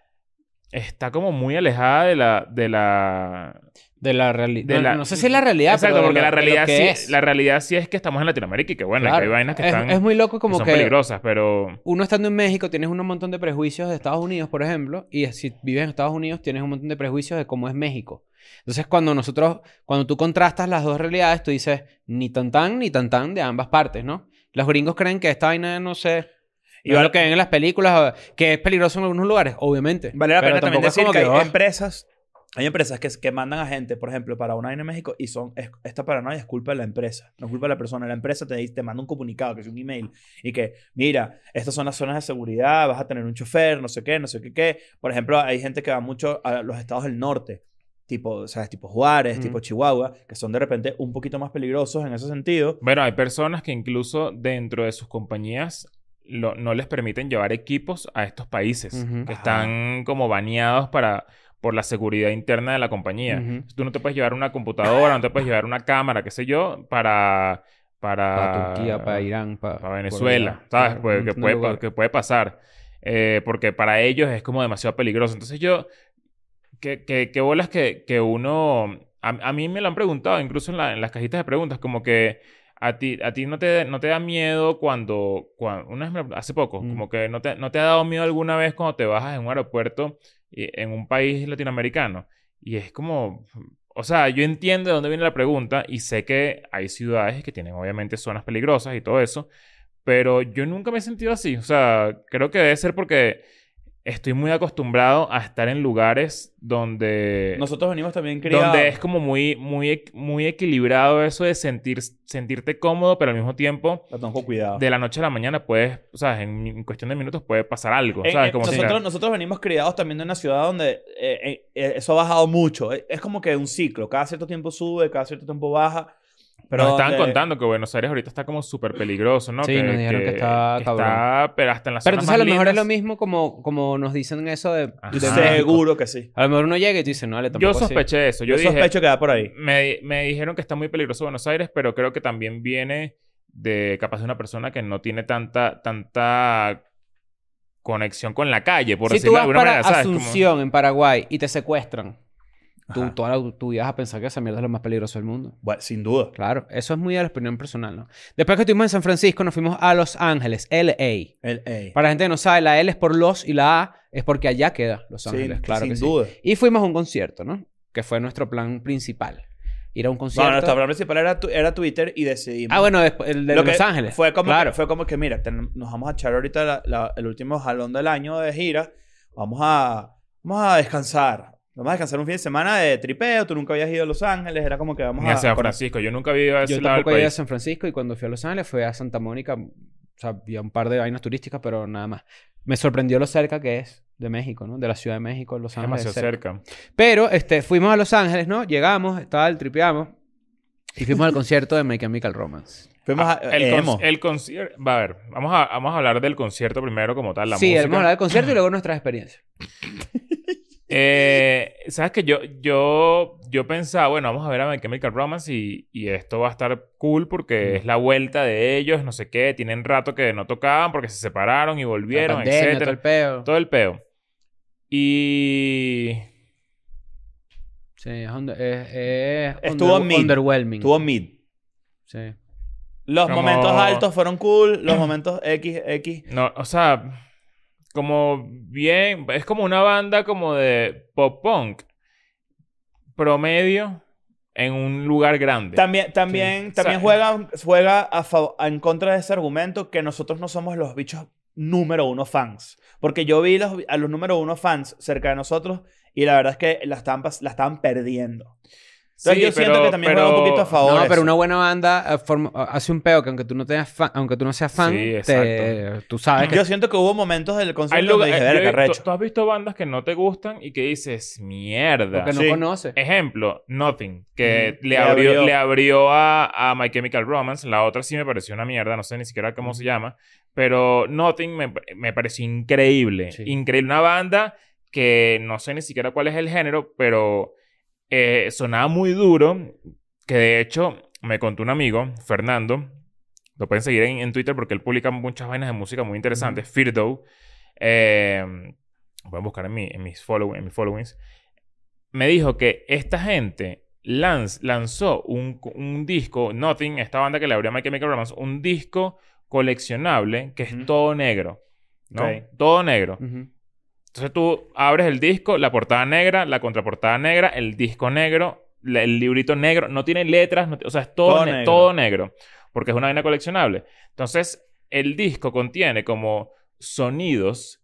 [SPEAKER 1] está como muy alejada de la. De la
[SPEAKER 3] De la realidad.
[SPEAKER 1] de la-
[SPEAKER 3] No, sé si es la realidad,
[SPEAKER 1] Exacto,
[SPEAKER 3] pero de
[SPEAKER 1] porque
[SPEAKER 3] lo-
[SPEAKER 1] la,
[SPEAKER 3] de lo
[SPEAKER 1] realidad
[SPEAKER 3] que
[SPEAKER 1] sí,
[SPEAKER 3] es.
[SPEAKER 1] la realidad sí es que estamos en Latinoamérica y que bueno, que
[SPEAKER 3] Claro.
[SPEAKER 1] hay vainas que
[SPEAKER 3] es,
[SPEAKER 1] están.
[SPEAKER 3] es muy loco como
[SPEAKER 1] que son
[SPEAKER 3] que,
[SPEAKER 1] peligrosas, pero.
[SPEAKER 3] uno estando en México tienes un montón de prejuicios de Estados Unidos, por ejemplo, y si vives en Estados Unidos tienes un montón de prejuicios de cómo es México. Entonces, cuando nosotros, cuando tú contrastas las dos realidades, tú dices ni tan tan ni tan tan de ambas partes, ¿no? Los gringos creen que esta vaina, no sé,
[SPEAKER 2] Y
[SPEAKER 3] y lo
[SPEAKER 2] vale-
[SPEAKER 3] que ven en las películas, o- que es peligroso en algunos lugares, obviamente.
[SPEAKER 2] Vale la
[SPEAKER 3] Pero
[SPEAKER 2] pena también
[SPEAKER 3] tampoco es
[SPEAKER 2] decir
[SPEAKER 3] como
[SPEAKER 2] que hay
[SPEAKER 3] "Oh".
[SPEAKER 2] empresas, hay empresas que, que mandan a gente, por ejemplo, para una vaina en México y son, es- esta paranoia es culpa de la empresa, no es culpa de la persona. La empresa te, dice- te manda un comunicado, que es un email, y que, mira, estas son las zonas de seguridad, vas a tener un chofer, no sé qué, no sé qué, qué. Por ejemplo, hay gente que va mucho a los estados del norte, tipo, ¿sabes? Tipo Juárez,
[SPEAKER 3] Ujú.
[SPEAKER 2] tipo Chihuahua, que son de repente un poquito más peligrosos en ese sentido.
[SPEAKER 1] Bueno, hay personas que incluso dentro de sus compañías lo- no les permiten llevar equipos a estos países
[SPEAKER 3] Ujú.
[SPEAKER 1] que
[SPEAKER 2] Ajá.
[SPEAKER 1] están como baneados para por la seguridad interna de la compañía.
[SPEAKER 3] Ujú.
[SPEAKER 1] Tú no te puedes llevar una computadora, no te puedes llevar una cámara, qué sé yo, para para,
[SPEAKER 3] Para Turquía, para Irán, para,
[SPEAKER 1] para Ah, Venezuela, ¿sabes? Pues, que, puede, pa- que puede pasar. Eh, porque para ellos es como demasiado peligroso. Entonces yo, que, que, que bolas que, que uno, a, a mí me lo han preguntado, incluso en, la- en las cajitas de preguntas, como que a ti, a ti no, te, no te da miedo cuando, cuando una vez me- hace poco,
[SPEAKER 3] Mm.
[SPEAKER 1] como que no te, no te ha dado miedo alguna vez cuando te bajas en un aeropuerto eh, en un país latinoamericano. Y es como, o sea, yo entiendo de dónde viene la pregunta y sé que hay ciudades que tienen obviamente zonas peligrosas y todo eso, pero yo nunca me he sentido así. O sea, creo que debe ser porque estoy muy acostumbrado a estar en lugares donde...
[SPEAKER 2] Nosotros venimos también criados.
[SPEAKER 1] donde es como muy, muy, equ- muy equilibrado eso de sentir, sentirte cómodo, pero al mismo tiempo,
[SPEAKER 2] La tengo con cuidado.
[SPEAKER 1] de la noche a la mañana puedes, o sea, en, en cuestión de minutos puede pasar algo.
[SPEAKER 2] En-
[SPEAKER 1] ¿sabes?
[SPEAKER 2] en-
[SPEAKER 1] Como si-
[SPEAKER 2] Eh, nosotros, nosotros venimos criados también de una ciudad donde eh, eh, eh, eso ha bajado mucho. Eh, Es como que un ciclo. Cada cierto tiempo sube, cada cierto tiempo baja. Pero
[SPEAKER 1] Pero nos estaban
[SPEAKER 2] donde-
[SPEAKER 1] contando que Buenos Aires ahorita está como súper peligroso, ¿no?
[SPEAKER 3] Sí, nos dijeron que está cabrón.
[SPEAKER 1] pero hasta en las
[SPEAKER 3] Pero
[SPEAKER 1] zonas
[SPEAKER 3] entonces a
[SPEAKER 1] más
[SPEAKER 3] lo mejor es
[SPEAKER 1] lindas-
[SPEAKER 3] lo mismo como, como nos dicen eso de...
[SPEAKER 1] Ajá.
[SPEAKER 3] de
[SPEAKER 2] Yo
[SPEAKER 1] Ah.
[SPEAKER 3] México.
[SPEAKER 2] seguro que sí.
[SPEAKER 3] A lo mejor uno llega y tú dices, no, vale, tampoco
[SPEAKER 1] Yo
[SPEAKER 3] así.
[SPEAKER 1] sospeché eso. Yo,
[SPEAKER 2] Yo,
[SPEAKER 1] dije,
[SPEAKER 2] sospecho que va por ahí.
[SPEAKER 1] me, me dijeron que está muy peligroso Buenos Aires, pero creo que también viene de capaz de una persona que no tiene tanta, tanta conexión con la calle, por
[SPEAKER 3] si
[SPEAKER 1] decirlo
[SPEAKER 3] tú
[SPEAKER 1] de
[SPEAKER 3] vas
[SPEAKER 1] alguna
[SPEAKER 3] para
[SPEAKER 1] manera, ¿sabes? Como-
[SPEAKER 3] Asunción, en Paraguay, y te secuestran, tú,
[SPEAKER 2] Ajá.
[SPEAKER 3] toda la- tú ibas a pensar que esa mierda es lo más peligroso del mundo.
[SPEAKER 2] Bueno, sin duda.
[SPEAKER 3] Claro, eso es muy de la opinión personal, ¿no? Después que estuvimos en San Francisco, nos fuimos a Los Ángeles, LA.
[SPEAKER 2] El- ey.
[SPEAKER 3] Para la gente que no sabe, la L es por los y la A es porque allá queda Los
[SPEAKER 2] Sin-
[SPEAKER 3] Ángeles, claro
[SPEAKER 2] sin
[SPEAKER 3] que sí.
[SPEAKER 2] duda.
[SPEAKER 3] Y fuimos a un concierto, ¿no? Que fue nuestro plan principal. Ir a un concierto.
[SPEAKER 2] No, nuestro plan principal era, tu- era Twitter y decidimos.
[SPEAKER 3] Ah, bueno, después, el de
[SPEAKER 2] Lo que
[SPEAKER 3] Los Ángeles.
[SPEAKER 2] Fue como,
[SPEAKER 3] claro.
[SPEAKER 2] que, fue como que, mira, ten- nos vamos a echar ahorita la- la- el último jalón del año de gira. Vamos a, vamos a descansar. Vamos a descansar un fin de semana de tripeo. Tú nunca habías ido a Los Ángeles. Era como que vamos
[SPEAKER 1] Ni
[SPEAKER 2] a...
[SPEAKER 1] a San
[SPEAKER 2] con-
[SPEAKER 1] Francisco. Yo nunca he ido a ese
[SPEAKER 3] Yo
[SPEAKER 1] lado del
[SPEAKER 3] tampoco he ido a
[SPEAKER 1] país.
[SPEAKER 3] San Francisco y cuando fui a Los Ángeles fue a Santa Mónica O sea, había un par de vainas turísticas, pero nada más. Me sorprendió lo cerca que es de México, ¿no? De la Ciudad de México, Los Ángeles.
[SPEAKER 1] demasiado
[SPEAKER 3] cerca.
[SPEAKER 1] cerca.
[SPEAKER 3] Pero este, fuimos a Los Ángeles, ¿no? Llegamos, tal, tripeamos. Y fuimos al concierto de My Chemical Romance.
[SPEAKER 2] Fuimos a.
[SPEAKER 1] Ah, el
[SPEAKER 2] eh,
[SPEAKER 1] con-
[SPEAKER 2] emo.
[SPEAKER 1] el concierto. Va a ver, vamos a, vamos a hablar del concierto primero, como tal, la
[SPEAKER 3] sí,
[SPEAKER 1] música.
[SPEAKER 3] vamos a hablar del concierto y luego nuestras experiencias.
[SPEAKER 1] Eh, Sabes que yo, yo, yo pensaba, bueno, vamos a ver a My Chemical Romance y, y esto va a estar cool porque
[SPEAKER 2] Mm.
[SPEAKER 1] es la vuelta de ellos, no sé qué, tienen rato que no tocaban porque se separaron y volvieron,
[SPEAKER 3] La pandemia, todo
[SPEAKER 1] etcétera.
[SPEAKER 3] el peo.
[SPEAKER 1] Todo el peo. Y
[SPEAKER 3] Sí, es, under- es- es
[SPEAKER 2] Estuvo
[SPEAKER 3] under-
[SPEAKER 2] mid.
[SPEAKER 3] underwhelming.
[SPEAKER 2] Estuvo mid.
[SPEAKER 3] Sí.
[SPEAKER 2] Los
[SPEAKER 1] Como-
[SPEAKER 2] momentos altos fueron cool. Los momentos X, X.
[SPEAKER 1] no, o sea, como bien, es como una banda como de pop punk promedio en un lugar grande.
[SPEAKER 2] También, también,
[SPEAKER 1] O sea,
[SPEAKER 2] también juega, juega a fav- a- en contra de ese argumento que nosotros no somos los bichos número uno fans. Porque yo vi los- a los número uno fans cerca de nosotros y la verdad es que la estaban, pas- la estaban perdiendo. Entonces yo siento que también juega un poquito a favor.
[SPEAKER 3] No, pero
[SPEAKER 2] eso.
[SPEAKER 3] una buena banda eh, forma- hace un peo que aunque tú no, tengas fan- aunque tú no seas fan,
[SPEAKER 1] Sí,
[SPEAKER 3] te- tú sabes que...
[SPEAKER 2] Yo siento que hubo momentos del
[SPEAKER 1] Hay
[SPEAKER 2] concierto donde
[SPEAKER 1] lugares,
[SPEAKER 2] dije,
[SPEAKER 1] yo-
[SPEAKER 2] verga,
[SPEAKER 1] tú,
[SPEAKER 2] recho.
[SPEAKER 1] tú has visto bandas que no te gustan y que dices, mierda.
[SPEAKER 3] Porque no
[SPEAKER 2] Sí.
[SPEAKER 3] conoces.
[SPEAKER 1] Eh, Ejemplo, Nothing, que
[SPEAKER 2] Ujú.
[SPEAKER 1] le,
[SPEAKER 2] Le
[SPEAKER 1] abrió,
[SPEAKER 2] abrió.
[SPEAKER 1] le abrió a, a My Chemical Romance. La otra sí me pareció una mierda, no sé ni siquiera cómo se llama. Pero Nothing me, me pareció increíble.
[SPEAKER 3] Sí.
[SPEAKER 1] Increíble. Una banda que no sé ni siquiera cuál es el género, pero eh, sonaba muy duro. Que de hecho me contó un amigo, Fernando. Lo pueden seguir en, en Twitter porque él publica muchas vainas de música muy interesantes. Firdo. Eh, lo pueden buscar en, mi- en mis follow, en mis followings. Me dijo que esta gente lanz- lanzó un, un disco, Nothing, esta banda que le abrió a My Chemical Romance, un disco coleccionable que es
[SPEAKER 2] Ujú.
[SPEAKER 1] todo negro. ¿no?
[SPEAKER 2] Ok.
[SPEAKER 1] Todo negro.
[SPEAKER 3] Ujú.
[SPEAKER 1] Entonces tú abres el disco, la portada negra, la contraportada negra, el disco negro, la- el librito negro, no tiene letras, no ti- o sea, es todo,
[SPEAKER 2] Todo
[SPEAKER 1] ne-
[SPEAKER 2] negro.
[SPEAKER 1] todo negro, porque es una vaina coleccionable. Entonces, el disco contiene como sonidos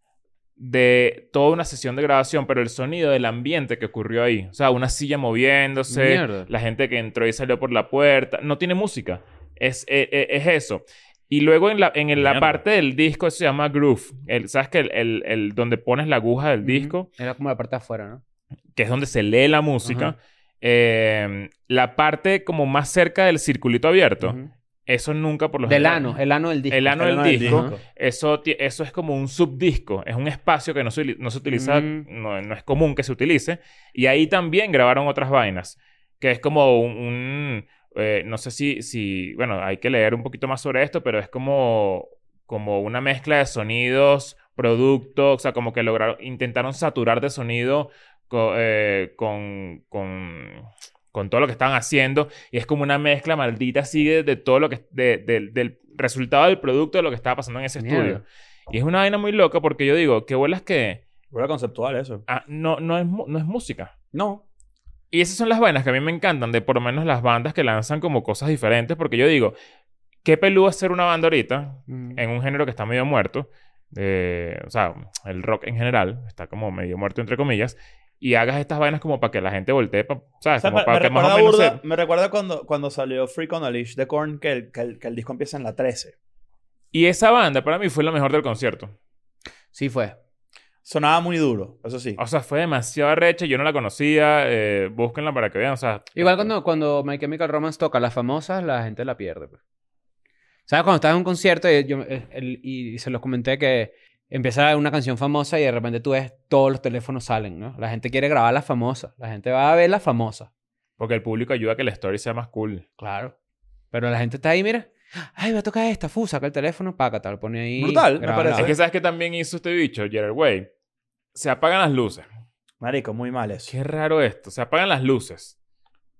[SPEAKER 1] de toda una sesión de grabación, pero el sonido del ambiente que ocurrió ahí, o sea, una silla moviéndose,
[SPEAKER 3] Mierda.
[SPEAKER 1] la gente que entró y salió por la puerta, no tiene música, es, eh, eh, es eso. Y luego en la, en la
[SPEAKER 2] Mierda.
[SPEAKER 1] parte del disco eso se llama groove. El- ¿Sabes que el, el- el- donde pones la aguja del disco,
[SPEAKER 3] Era como la parte de afuera, ¿no?
[SPEAKER 1] que es donde se lee la música,
[SPEAKER 3] Ajá.
[SPEAKER 1] eh, la parte como más cerca del circulito abierto,
[SPEAKER 3] Ujú.
[SPEAKER 1] eso nunca por lo
[SPEAKER 3] Del
[SPEAKER 1] general-
[SPEAKER 3] ano, el ano del disco.
[SPEAKER 1] El ano
[SPEAKER 2] El
[SPEAKER 1] del
[SPEAKER 2] ano del
[SPEAKER 1] disco,
[SPEAKER 2] disco.
[SPEAKER 1] Eso, ti- eso es como un subdisco, es un espacio que no se, uli- no se utiliza,
[SPEAKER 3] Mm.
[SPEAKER 1] no, no es común que se utilice. Y ahí también grabaron otras vainas, que es como un... un, eh, no sé si, si, bueno, hay que leer un poquito más sobre esto, pero es como, como una mezcla de sonidos, productos, o sea, como que lograron, intentaron saturar de sonido co- eh, con, con, con todo lo que estaban haciendo. Y es como una mezcla maldita así de, de todo lo que... de- del- del resultado del producto de lo que estaba pasando en ese
[SPEAKER 3] Mierda.
[SPEAKER 1] estudio. Y es una vaina muy loca porque yo digo, qué bolas que
[SPEAKER 2] Fue conceptual eso.
[SPEAKER 1] ah, no, no, es, mu- no es música.
[SPEAKER 2] No.
[SPEAKER 1] Y esas son las vainas que a mí me encantan, de por lo menos las bandas que lanzan como cosas diferentes, porque yo digo, qué peludo hacer una banda ahorita
[SPEAKER 3] Ujú.
[SPEAKER 1] en un género que está medio muerto, eh, o sea, el rock en general está como medio muerto, entre comillas, y hagas estas vainas como para que la gente voltee, pa-
[SPEAKER 2] O
[SPEAKER 1] ¿sabes?
[SPEAKER 2] sea,
[SPEAKER 1] como
[SPEAKER 2] me,
[SPEAKER 1] para
[SPEAKER 2] me
[SPEAKER 1] que más o
[SPEAKER 2] recuerda
[SPEAKER 1] menos...
[SPEAKER 2] burda-
[SPEAKER 1] se-
[SPEAKER 2] me recuerda cuando, cuando salió Freak on a Leash de Korn, que el, que, el, que el disco empieza en la 13.
[SPEAKER 1] Y esa banda para mí fue la mejor del concierto.
[SPEAKER 3] Sí fue.
[SPEAKER 2] Sonaba muy duro, eso sí.
[SPEAKER 1] O sea, fue demasiado recha, yo no la conocía, eh, búsquenla para que vean, o sea...
[SPEAKER 3] Igual cuando, cuando My Chemical Romance toca las famosas, la gente la pierde. pues. ¿Sabes? Cuando estás en un concierto y, yo- el- el- y se los comenté que empieza una canción famosa y de repente tú ves todos los teléfonos salen, ¿no? La gente quiere grabar las famosas. La gente va a ver las famosas.
[SPEAKER 1] Porque el público ayuda a que la story sea más cool.
[SPEAKER 3] Claro. Pero la gente está ahí, mira. Ay, va a tocar esta. Fu, saca el teléfono, paca, tal. Pone ahí.
[SPEAKER 2] Brutal, me
[SPEAKER 3] graba la-
[SPEAKER 2] parece.
[SPEAKER 1] Es que sabes que también hizo este bicho, Gerard Way. Se apagan las luces.
[SPEAKER 2] Marico, muy mal eso.
[SPEAKER 1] Qué raro esto. Se apagan las luces.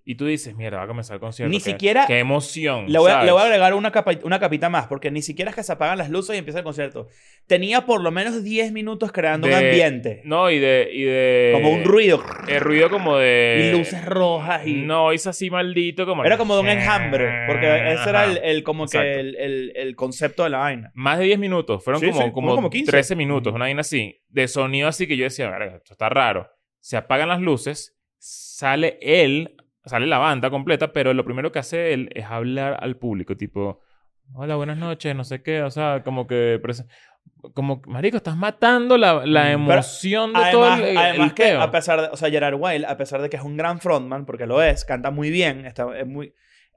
[SPEAKER 1] Y tú dices, mierda, va a comenzar el concierto.
[SPEAKER 2] Ni
[SPEAKER 1] Qué-
[SPEAKER 2] siquiera-
[SPEAKER 1] Qué emoción.
[SPEAKER 2] Le voy, a,
[SPEAKER 1] ¿sabes?
[SPEAKER 2] le voy a agregar una, capa- una capita más, porque ni siquiera es que se apagan las luces y empieza el concierto. Tenía por lo menos 10 minutos creando un
[SPEAKER 1] De-
[SPEAKER 2] ambiente.
[SPEAKER 1] No, y de. Y de
[SPEAKER 2] como un ruido.
[SPEAKER 1] El ruido como de.
[SPEAKER 2] y luces rojas. Y...
[SPEAKER 1] Eh, No, hizo así maldito. Como
[SPEAKER 2] Era como de un enjambre, porque ese era
[SPEAKER 1] Ajá.
[SPEAKER 2] el, el- como que
[SPEAKER 1] Exacto.
[SPEAKER 2] el, el- el concepto de la vaina.
[SPEAKER 1] Más de 10 minutos. Fueron
[SPEAKER 2] Sí,
[SPEAKER 1] como,
[SPEAKER 2] sí,
[SPEAKER 1] como,
[SPEAKER 2] fueron como 15.
[SPEAKER 1] 13 minutos, una vaina así. De sonido así que yo decía, verga, esto está raro. Se apagan las luces, sale él, sale la banda completa, pero lo primero que hace él es hablar al público, tipo, Hola, buenas noches, no sé qué. O sea, como que. prese- Como, que, marico, estás matando la, la
[SPEAKER 3] Mm. Pero
[SPEAKER 1] emoción de todo
[SPEAKER 2] Además,
[SPEAKER 1] el, el
[SPEAKER 2] además que
[SPEAKER 1] peo.
[SPEAKER 2] a pesar de, o sea, Gerard Way, a pesar de que es un gran frontman, porque lo es, canta muy bien, está es muy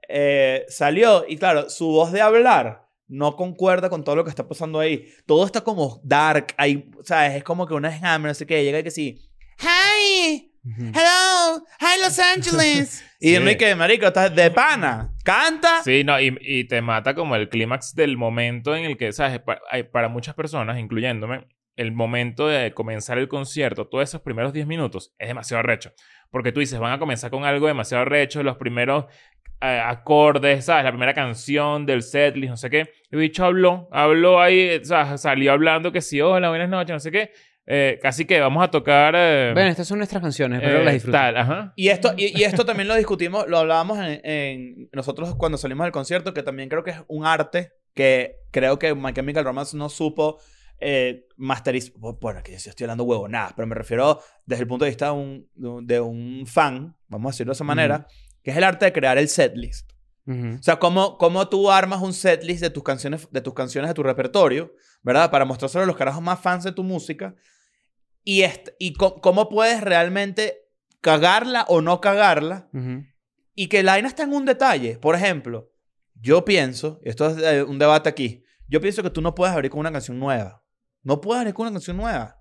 [SPEAKER 2] eh, salió y claro, su voz de hablar no concuerda con todo lo que está pasando ahí. Todo está como dark, ahí, sabes, es como que una hammer, no sé qué, llega y que sí. Hi, hello, hi Los Angeles. y
[SPEAKER 1] Sí.
[SPEAKER 2] yo me que marico, estás de pana, canta.
[SPEAKER 1] Sí, no, y, y te mata como el clímax del momento en el que, ¿sabes? Pa- hay- para muchas personas, incluyéndome, el momento de comenzar el concierto, todos esos primeros 10 minutos, es demasiado recho. Porque tú dices, van a comenzar con algo demasiado recho, los primeros eh, acordes, ¿sabes? La primera canción del setlist, no sé qué. El bicho habló, habló ahí, eh, o sea, salió hablando que sí, hola, buenas noches, no sé qué. Eh, casi que vamos a tocar... eh,
[SPEAKER 3] Ven, estas son nuestras canciones, espero
[SPEAKER 1] eh,
[SPEAKER 3] que las disfruten.
[SPEAKER 1] tal, ajá.
[SPEAKER 2] Y esto, y, y esto también lo discutimos, lo hablábamos en, en- nosotros cuando salimos del concierto, que también creo que es un arte que creo que My Chemical Romance no supo eh, masterizar. Bu- Bueno, que yo estoy hablando huevonadas, pero me refiero desde el punto de vista de un, de un- de un fan, vamos a decirlo de esa manera, que es el arte de crear el setlist.
[SPEAKER 3] Ujú.
[SPEAKER 2] O sea, cómo, cómo tú armas un setlist de tus canciones, de tus canciones de tu repertorio, ¿verdad? Para mostrárselo a los carajos más fans de tu música. Y, est- y co- cómo puedes realmente cagarla o no cagarla.
[SPEAKER 3] Ujú.
[SPEAKER 2] Y que la vaina está en un detalle. Por ejemplo, yo pienso, y esto es eh, un debate aquí, yo pienso que tú no puedes abrir con una canción nueva. No puedes abrir con una canción nueva.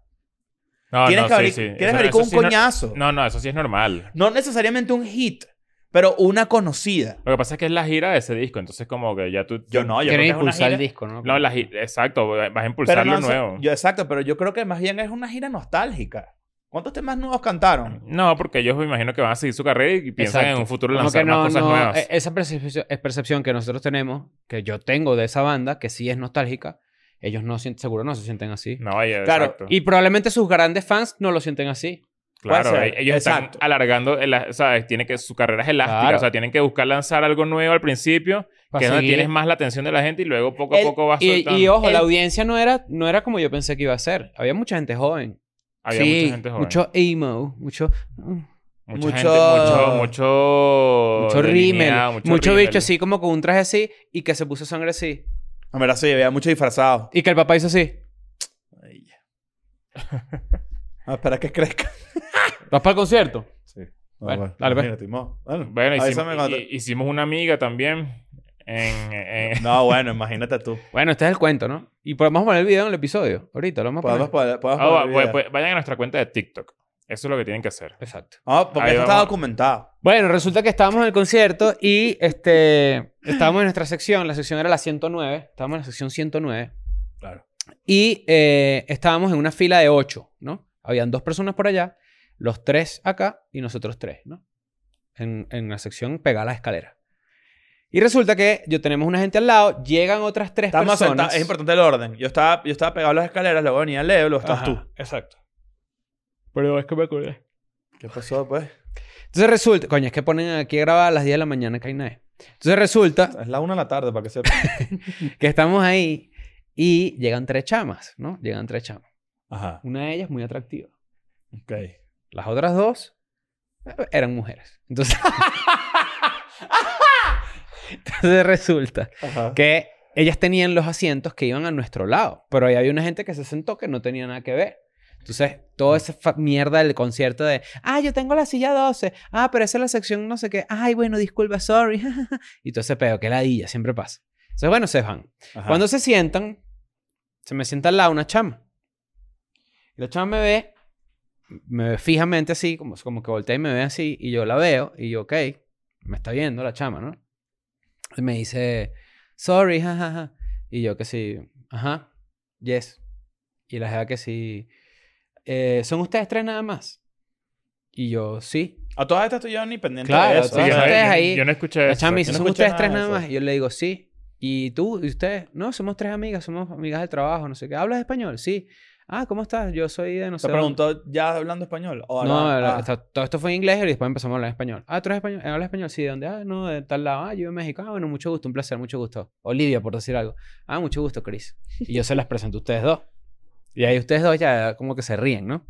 [SPEAKER 1] No,
[SPEAKER 2] tienes
[SPEAKER 1] Ah, no,
[SPEAKER 2] que
[SPEAKER 1] sí,
[SPEAKER 2] abrir,
[SPEAKER 1] sí.
[SPEAKER 2] tienes
[SPEAKER 1] Eso-
[SPEAKER 2] abrir
[SPEAKER 1] eso
[SPEAKER 2] con un
[SPEAKER 1] sí es nor-
[SPEAKER 2] coñazo. No,
[SPEAKER 1] No, no, eso sí es normal.
[SPEAKER 2] necesariamente un hit, pero una conocida.
[SPEAKER 1] Lo que pasa es que es la gira de ese disco, entonces como que ya tú...
[SPEAKER 2] Yo no, yo creo
[SPEAKER 3] Quieren
[SPEAKER 2] que es una
[SPEAKER 3] impulsar
[SPEAKER 2] gira-
[SPEAKER 3] el disco, ¿no?
[SPEAKER 1] No, la gira... Exacto, vas a impulsar
[SPEAKER 2] Pero no,
[SPEAKER 1] lo
[SPEAKER 2] sé-
[SPEAKER 1] nuevo.
[SPEAKER 2] Yo, exacto, pero yo creo que más bien es una gira nostálgica. ¿Cuántos temas nuevos cantaron?
[SPEAKER 1] No, porque ellos me imagino que van a seguir su carrera y piensan
[SPEAKER 3] Exacto.
[SPEAKER 1] en un futuro
[SPEAKER 3] Como
[SPEAKER 1] lanzar
[SPEAKER 3] que no,
[SPEAKER 1] más cosas
[SPEAKER 3] no,
[SPEAKER 1] nuevas.
[SPEAKER 3] e- Esa percepción, es percepción que nosotros tenemos, que yo tengo de esa banda, que sí es nostálgica, ellos no sien- seguro no se sienten así.
[SPEAKER 1] no, oye,
[SPEAKER 2] Claro,
[SPEAKER 1] exacto.
[SPEAKER 3] Y probablemente sus grandes fans no lo sienten así.
[SPEAKER 1] claro,
[SPEAKER 2] puede
[SPEAKER 1] e-
[SPEAKER 2] ser,
[SPEAKER 1] ellos
[SPEAKER 2] exacto.
[SPEAKER 1] están alargando, el- o sea, tiene que, su carrera es elástica,
[SPEAKER 3] Claro.
[SPEAKER 1] o sea, tienen que buscar lanzar algo nuevo al principio,
[SPEAKER 3] Pa'
[SPEAKER 1] que es donde
[SPEAKER 3] seguir.
[SPEAKER 1] tienes más la atención de la gente y luego poco a
[SPEAKER 2] El-
[SPEAKER 1] poco vas
[SPEAKER 3] Y,
[SPEAKER 1] soltando.
[SPEAKER 3] y ojo, la
[SPEAKER 2] El-
[SPEAKER 3] audiencia no era, no era como yo pensé que iba a ser. Había mucha gente joven.
[SPEAKER 1] Había
[SPEAKER 2] sí,
[SPEAKER 1] mucha gente joven.
[SPEAKER 3] Mucho emo, mucho, mm,
[SPEAKER 1] mucha
[SPEAKER 2] mucho-
[SPEAKER 1] gente, mucho... Mucho...
[SPEAKER 3] mucho rímel,
[SPEAKER 1] delineado,
[SPEAKER 3] mucho,
[SPEAKER 1] rímel.
[SPEAKER 3] bicho así como con un traje así y que se puso sangre así.
[SPEAKER 2] A ver, sí, había mucho disfrazado.
[SPEAKER 3] Y que el papá hizo así.
[SPEAKER 2] Ay, ya. A esperar que crezca.
[SPEAKER 3] ¿Vas para el concierto?
[SPEAKER 2] Sí.
[SPEAKER 3] Bueno, dale, pues.
[SPEAKER 2] imagínate, Mo. Bueno,
[SPEAKER 1] Bueno, hicimos,
[SPEAKER 2] avísame cuando
[SPEAKER 1] hi-
[SPEAKER 2] te-
[SPEAKER 1] hicimos una amiga también en... en-
[SPEAKER 2] No, bueno, imagínate tú.
[SPEAKER 3] Bueno, este es el cuento, ¿no? Y podemos poner el video en el episodio. Ahorita lo vamos a poner.
[SPEAKER 2] Podemos, podemos, podemos
[SPEAKER 1] Ah,
[SPEAKER 2] poner
[SPEAKER 1] va-
[SPEAKER 2] el
[SPEAKER 1] pues-
[SPEAKER 2] video.
[SPEAKER 1] pues vayan a nuestra cuenta de TikTok. Eso es lo que tienen que hacer.
[SPEAKER 3] Exacto.
[SPEAKER 2] Ah, porque
[SPEAKER 1] Ahí
[SPEAKER 2] esto está
[SPEAKER 1] vamos.
[SPEAKER 2] documentado.
[SPEAKER 3] Bueno, resulta que estábamos en el concierto y este, estábamos en nuestra sección. La sección era la 109. Estábamos en la sección 109.
[SPEAKER 2] Claro.
[SPEAKER 3] Y eh, estábamos en una fila de 8, ¿no? Habían dos personas por allá, los tres acá y nosotros tres, ¿no? En, en la sección pegada a la escalera. Y resulta que yo tenemos una gente al lado, llegan otras tres
[SPEAKER 2] Estamos
[SPEAKER 3] personas.
[SPEAKER 2] sentados. Es importante el orden. Yo estaba, yo estaba pegado a las escaleras, luego venía Leo, luego estás
[SPEAKER 3] Ajá,
[SPEAKER 2] tú.
[SPEAKER 3] Exacto. Pero es que me acordé.
[SPEAKER 2] ¿Qué pasó, pues?
[SPEAKER 3] Entonces resulta, coño, es que ponen aquí a grabar a las 10 de la mañana que hay nadie. Entonces resulta
[SPEAKER 2] Es la una de la tarde, para que sepa.
[SPEAKER 3] que estamos ahí y llegan tres chamas, ¿no? Llegan tres chamas.
[SPEAKER 2] Ajá.
[SPEAKER 3] Una de ellas muy atractiva.
[SPEAKER 2] Ok.
[SPEAKER 3] Las otras dos eh, eran mujeres. Entonces, Entonces resulta
[SPEAKER 2] Ajá.
[SPEAKER 3] que ellas tenían los asientos que iban a nuestro lado, pero ahí había una gente que se sentó que no tenía nada que ver. Entonces, toda esa fa- mierda del concierto de, ah, yo tengo la silla 12, ah, pero esa es la sección no sé qué, ay, bueno, disculpa, sorry. y todo ese pedo, que ladilla, siempre pasa. Entonces, bueno, se van.
[SPEAKER 2] Ajá.
[SPEAKER 3] Cuando se sientan, se me sienta al lado una chama. Y la chama me ve, me ve fijamente así, como, como que voltea y me ve así, y yo la veo, y yo, ok, me está viendo la chama, ¿no? Y me dice, sorry, jajaja. Y yo que sí, ajá, yes. Y la jeva que sí, "Eh, ¿son ustedes tres nada más? Y yo, sí.
[SPEAKER 2] A todas estas estoy yo ni pendiente
[SPEAKER 3] Claro,
[SPEAKER 2] de
[SPEAKER 3] a
[SPEAKER 2] eso.
[SPEAKER 3] todas
[SPEAKER 1] yo, no,
[SPEAKER 2] ¿sabes?
[SPEAKER 3] ustedes
[SPEAKER 1] yo-
[SPEAKER 3] ahí.
[SPEAKER 1] yo no escuché
[SPEAKER 3] La
[SPEAKER 1] eso.
[SPEAKER 3] chama me dice,
[SPEAKER 2] yo no
[SPEAKER 3] ¿son
[SPEAKER 2] escuché
[SPEAKER 3] ustedes tres
[SPEAKER 2] nada de
[SPEAKER 3] nada
[SPEAKER 2] eso".
[SPEAKER 3] más? Y yo le digo, sí. ¿Y tú? ¿Y ustedes? No, somos tres amigas, somos amigas del trabajo, no sé qué. ¿Hablas español? Sí. Ah, ¿cómo estás? Yo soy de no sé
[SPEAKER 2] ¿Te
[SPEAKER 3] dónde".
[SPEAKER 2] preguntó ya hablando español? ¿O
[SPEAKER 3] No, la-
[SPEAKER 2] ah,
[SPEAKER 3] esto- todo esto fue en inglés y después empezamos a hablar en español. Ah, ¿tú eres español? ¿Hablas español? Sí, ¿de dónde? Ah, no, de tal lado. Ah, yo de México. Ah, bueno, mucho gusto, un placer, mucho gusto. Olivia, por decir algo. Ah, mucho gusto, Chris. Y yo se las presento a ustedes dos. Y ahí ustedes dos ya como que se ríen, ¿no?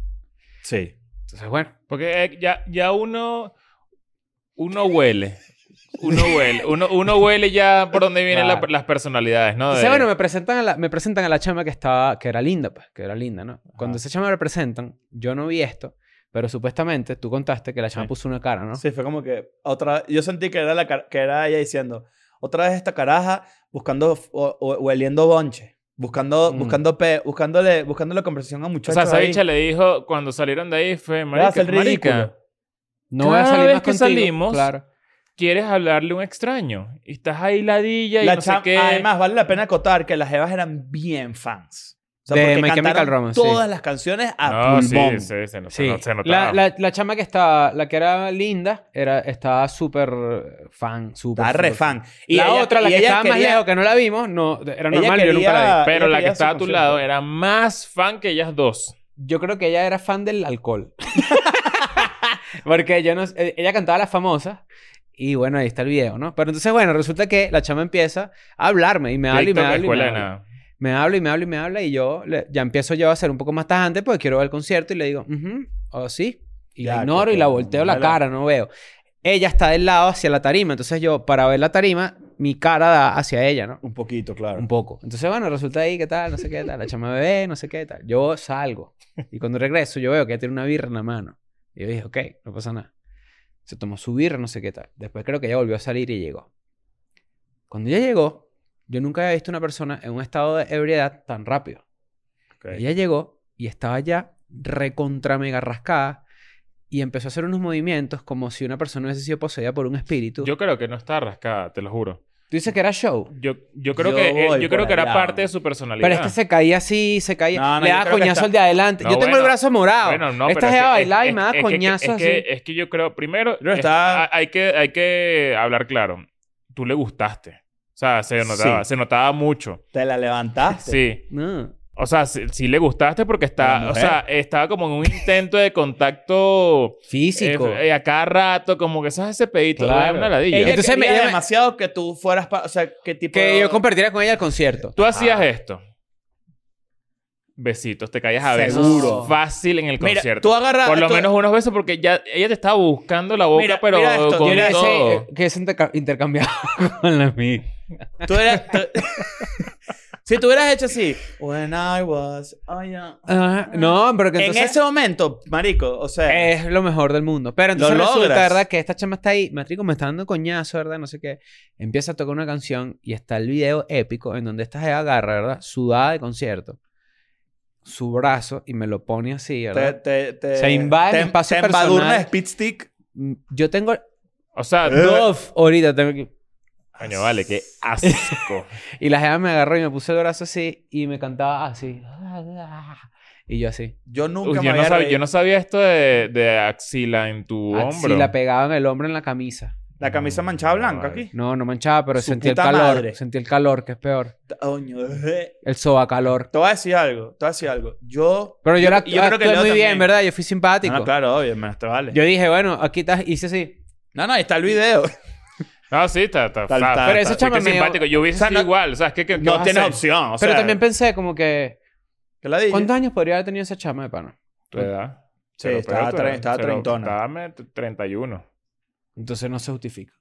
[SPEAKER 2] Sí.
[SPEAKER 3] Entonces, bueno.
[SPEAKER 1] Porque eh, ya, ya uno... Uno huele. uno huele, uno, uno huele ya por dónde vienen la-
[SPEAKER 3] Claro.
[SPEAKER 1] las personalidades, ¿no?
[SPEAKER 3] Entonces,
[SPEAKER 1] De-
[SPEAKER 3] bueno, me presentan, a la, me presentan a la chama que estaba, que era linda, pues, que era linda, ¿no? Cuando esa chama me presentan, yo no vi esto, pero supuestamente tú contaste que la chama
[SPEAKER 1] Sí.
[SPEAKER 3] puso una cara, ¿no?
[SPEAKER 2] Sí, fue como que otra yo sentí que era, la, car- que era ella diciendo, otra vez esta caraja buscando f- o, o- hueliendo bonche, buscando
[SPEAKER 3] Mm.
[SPEAKER 2] buscando pe, buscándole buscándole conversación a
[SPEAKER 1] o
[SPEAKER 2] muchachos.
[SPEAKER 1] sea, esa
[SPEAKER 2] ahí.
[SPEAKER 1] bicha le dijo cuando salieron de ahí fue
[SPEAKER 2] Voy a
[SPEAKER 1] marica,
[SPEAKER 2] hacer ridículo.
[SPEAKER 1] marica,
[SPEAKER 3] No voy a
[SPEAKER 1] Cada
[SPEAKER 3] salir
[SPEAKER 1] vez
[SPEAKER 3] más
[SPEAKER 1] que
[SPEAKER 3] contigo.
[SPEAKER 1] salimos,
[SPEAKER 3] Claro.
[SPEAKER 1] quieres hablarle a un extraño y estás ahí ladilla y
[SPEAKER 2] La
[SPEAKER 1] no sé
[SPEAKER 2] cham-
[SPEAKER 1] qué.
[SPEAKER 2] Además, vale la pena acotar que las Evas eran bien fans. O sea,
[SPEAKER 3] De
[SPEAKER 2] porque
[SPEAKER 3] My Chemical
[SPEAKER 2] cantaron
[SPEAKER 3] Romance, sí.
[SPEAKER 2] Todas las canciones a
[SPEAKER 1] no,
[SPEAKER 2] pulmón.
[SPEAKER 1] sí, sí, se, no- se
[SPEAKER 3] Sí.
[SPEAKER 1] no- se
[SPEAKER 3] la,
[SPEAKER 1] notaba.
[SPEAKER 3] la, la chama que estaba, la que era linda, era, estaba súper fan, súper.
[SPEAKER 2] Está re
[SPEAKER 3] súper
[SPEAKER 2] fan.
[SPEAKER 3] Y la
[SPEAKER 2] ella-
[SPEAKER 3] otra, la
[SPEAKER 2] y
[SPEAKER 3] que
[SPEAKER 2] ella
[SPEAKER 3] estaba más
[SPEAKER 2] quería-
[SPEAKER 3] lejos, que no la vimos, no, era
[SPEAKER 2] Ella
[SPEAKER 3] normal, yo nunca la vi.
[SPEAKER 2] quería-
[SPEAKER 1] Pero
[SPEAKER 2] ella
[SPEAKER 1] la que
[SPEAKER 2] quería
[SPEAKER 1] estaba a
[SPEAKER 2] su
[SPEAKER 1] tu
[SPEAKER 2] concierto.
[SPEAKER 1] lado era más fan que ellas dos.
[SPEAKER 3] Yo creo que ella era fan del alcohol. Porque yo no, eh, ella cantaba las famosas y bueno, ahí está el video, ¿no? Pero entonces, bueno, resulta que la chama empieza a hablarme y me habla y me
[SPEAKER 1] TikTok,
[SPEAKER 3] habla. Y me
[SPEAKER 1] escuela de
[SPEAKER 3] habla.
[SPEAKER 1] nada.
[SPEAKER 3] me habla y me habla y me habla y yo le- ya empiezo yo a ser un poco más tajante porque quiero ver el concierto y le digo, "Ujú, o sí, y
[SPEAKER 2] Ya,
[SPEAKER 3] la ignoro
[SPEAKER 2] que
[SPEAKER 3] y la
[SPEAKER 2] con-
[SPEAKER 3] volteo la
[SPEAKER 2] vela.
[SPEAKER 3] cara, no veo. Ella está del lado hacia la tarima, entonces yo para ver la tarima, mi cara da hacia ella, ¿no?
[SPEAKER 2] Un poquito, claro.
[SPEAKER 3] Un poco. Entonces, bueno, resulta ahí, ¿qué tal? No sé qué tal. La chama bebé, no sé qué tal. Yo salgo. Y cuando regreso, yo veo que ella tiene una birra en la mano. Y yo dije, ok, no pasa nada. Se tomó su birra, no sé qué tal. Después creo que ella volvió a salir y llegó. Cuando ella llegó, yo nunca había visto una persona en un estado de ebriedad tan rápido.
[SPEAKER 2] Ok.
[SPEAKER 3] Ella llegó y estaba ya recontra mega rascada. Y empezó a hacer unos movimientos como si una persona hubiese sido poseída por un espíritu.
[SPEAKER 1] Yo creo que no estaba rascada, te lo juro.
[SPEAKER 3] Tú dices que era show.
[SPEAKER 1] Yo, yo creo
[SPEAKER 2] Yo
[SPEAKER 1] que, eh,
[SPEAKER 2] voy
[SPEAKER 1] yo
[SPEAKER 2] por
[SPEAKER 1] creo que era
[SPEAKER 2] allá,
[SPEAKER 1] parte
[SPEAKER 2] ¿no?
[SPEAKER 1] de su personalidad.
[SPEAKER 3] Pero es que se caía así, se caía.
[SPEAKER 2] No, no,
[SPEAKER 3] le
[SPEAKER 2] yo
[SPEAKER 3] daba
[SPEAKER 2] creo que
[SPEAKER 3] coñazo
[SPEAKER 2] está-
[SPEAKER 3] al de adelante.
[SPEAKER 1] No,
[SPEAKER 3] yo tengo
[SPEAKER 1] bueno.
[SPEAKER 3] el brazo morado.
[SPEAKER 1] Bueno, no,
[SPEAKER 3] Esta
[SPEAKER 1] pero es
[SPEAKER 3] jeva
[SPEAKER 1] que-
[SPEAKER 3] bailaba y
[SPEAKER 1] es-
[SPEAKER 3] me daba
[SPEAKER 1] es que-
[SPEAKER 3] coñazos
[SPEAKER 1] es que,
[SPEAKER 3] así.
[SPEAKER 1] es que yo creo, primero,
[SPEAKER 2] Pero
[SPEAKER 1] es-
[SPEAKER 2] está-
[SPEAKER 1] ha- hay, que, hay que hablar claro. Tú le gustaste. O sea, se notaba,
[SPEAKER 2] Sí.
[SPEAKER 1] se notaba mucho.
[SPEAKER 2] Te la levantaste.
[SPEAKER 1] Sí.
[SPEAKER 3] No.
[SPEAKER 1] O sea, sí, sí le gustaste porque
[SPEAKER 2] A la
[SPEAKER 1] está, o
[SPEAKER 2] mujer.
[SPEAKER 1] sea, estaba como en un intento de contacto
[SPEAKER 3] Físico.
[SPEAKER 1] eh, eh, a cada rato, como que sabes ese pedito,
[SPEAKER 3] Claro.
[SPEAKER 1] era una ladilla.
[SPEAKER 2] Ella
[SPEAKER 3] Entonces me-
[SPEAKER 2] quería
[SPEAKER 3] ella me-
[SPEAKER 2] demasiado que tú fueras pa- O sea, que tipo...
[SPEAKER 3] que yo compartiera con ella el concierto.
[SPEAKER 1] Tú hacías esto. Besitos, te callas a besos.
[SPEAKER 2] Seguro.
[SPEAKER 1] Fácil en el
[SPEAKER 2] Mira,
[SPEAKER 1] concierto.
[SPEAKER 2] tú agarras...
[SPEAKER 1] Por lo
[SPEAKER 2] tú-
[SPEAKER 1] menos unos besos porque ya ella te estaba buscando la boca,
[SPEAKER 2] Mira,
[SPEAKER 1] pero
[SPEAKER 2] mira esto,
[SPEAKER 1] con
[SPEAKER 2] mira
[SPEAKER 3] Ese,
[SPEAKER 1] todo.
[SPEAKER 3] eh, que se interca- intercambiaba con la mía.
[SPEAKER 2] Tú eras... tú- si tú hubieras hecho así... When I was... oh, yeah.
[SPEAKER 3] Ah, no, pero que entonces
[SPEAKER 2] en ese momento, marico, o sea...
[SPEAKER 1] Eh,
[SPEAKER 3] es lo mejor del mundo. Pero entonces
[SPEAKER 2] Lo
[SPEAKER 3] resulta,
[SPEAKER 2] logras.
[SPEAKER 3] ¿verdad? Que esta chama está ahí. Matrico me está dando coñazo, ¿verdad? No sé qué. Empieza a tocar una canción y está el video épico en donde esta jeva agarra, ¿verdad? Sudada de concierto. Su brazo y me lo pone así,
[SPEAKER 2] te,
[SPEAKER 3] ¿verdad?
[SPEAKER 2] te, te,
[SPEAKER 3] Se invade el espacio
[SPEAKER 2] te embadurna
[SPEAKER 3] personal.
[SPEAKER 2] de speed stick.
[SPEAKER 3] Mm, Yo
[SPEAKER 2] Eh.
[SPEAKER 3] tengo
[SPEAKER 1] O sea, tú-
[SPEAKER 3] dos ahorita. tengo que-
[SPEAKER 1] Coño, vale, qué asco.
[SPEAKER 3] Y la jefa me agarró y me puso el brazo así y me cantaba así. Y yo así.
[SPEAKER 2] Yo nunca
[SPEAKER 1] Uy, yo,
[SPEAKER 2] me
[SPEAKER 1] no
[SPEAKER 2] había
[SPEAKER 1] sabía,
[SPEAKER 2] reído.
[SPEAKER 1] yo no sabía esto de, de axila en tu hombro.
[SPEAKER 3] Así Ah, la pegaba en el hombro en la camisa.
[SPEAKER 2] La camisa manchada blanca
[SPEAKER 1] Ay.
[SPEAKER 2] aquí.
[SPEAKER 3] No, no manchaba, pero
[SPEAKER 2] Su
[SPEAKER 3] sentí el
[SPEAKER 2] puta
[SPEAKER 3] calor.
[SPEAKER 2] madre.
[SPEAKER 3] Sentí el calor, que es peor.
[SPEAKER 2] Coño, eh.
[SPEAKER 3] El sobacalor.
[SPEAKER 2] Te voy a decir algo, te voy a decir algo. Yo.
[SPEAKER 3] Pero yo, la
[SPEAKER 2] yo creo que
[SPEAKER 3] actué
[SPEAKER 2] Leo
[SPEAKER 3] muy bien,
[SPEAKER 2] también.
[SPEAKER 3] ¿verdad? Yo fui
[SPEAKER 2] No,
[SPEAKER 3] simpático.
[SPEAKER 2] no, claro, obvio, me te vale.
[SPEAKER 3] Yo dije, bueno, aquí estás, hice así.
[SPEAKER 2] No, no, ahí está el video.
[SPEAKER 1] No, sí, está. está,
[SPEAKER 2] Tal,
[SPEAKER 1] está-
[SPEAKER 2] tal,
[SPEAKER 1] pero
[SPEAKER 2] tal.
[SPEAKER 1] ese
[SPEAKER 3] Fuiste
[SPEAKER 1] chama
[SPEAKER 3] simpático.
[SPEAKER 1] simpático. Yo hubiese
[SPEAKER 2] O sea,
[SPEAKER 1] sido
[SPEAKER 2] no-
[SPEAKER 1] igual. ¿Sabes qué? qué- qué vas
[SPEAKER 2] No
[SPEAKER 1] a
[SPEAKER 2] tienes
[SPEAKER 1] hacer?
[SPEAKER 2] opción. O
[SPEAKER 3] Pero
[SPEAKER 2] sea,
[SPEAKER 3] también pensé como que,
[SPEAKER 2] ¿Qué la dije?
[SPEAKER 3] ¿cuántos años podría haber tenido esa chama de pana?
[SPEAKER 1] Tu edad.
[SPEAKER 2] Sí,
[SPEAKER 1] Cero
[SPEAKER 2] estaba
[SPEAKER 1] peor tu
[SPEAKER 2] tre-
[SPEAKER 1] edad.
[SPEAKER 2] estaba
[SPEAKER 1] Cero-
[SPEAKER 2] treintona.
[SPEAKER 1] Estaba me- 31.
[SPEAKER 3] Entonces no se justifica.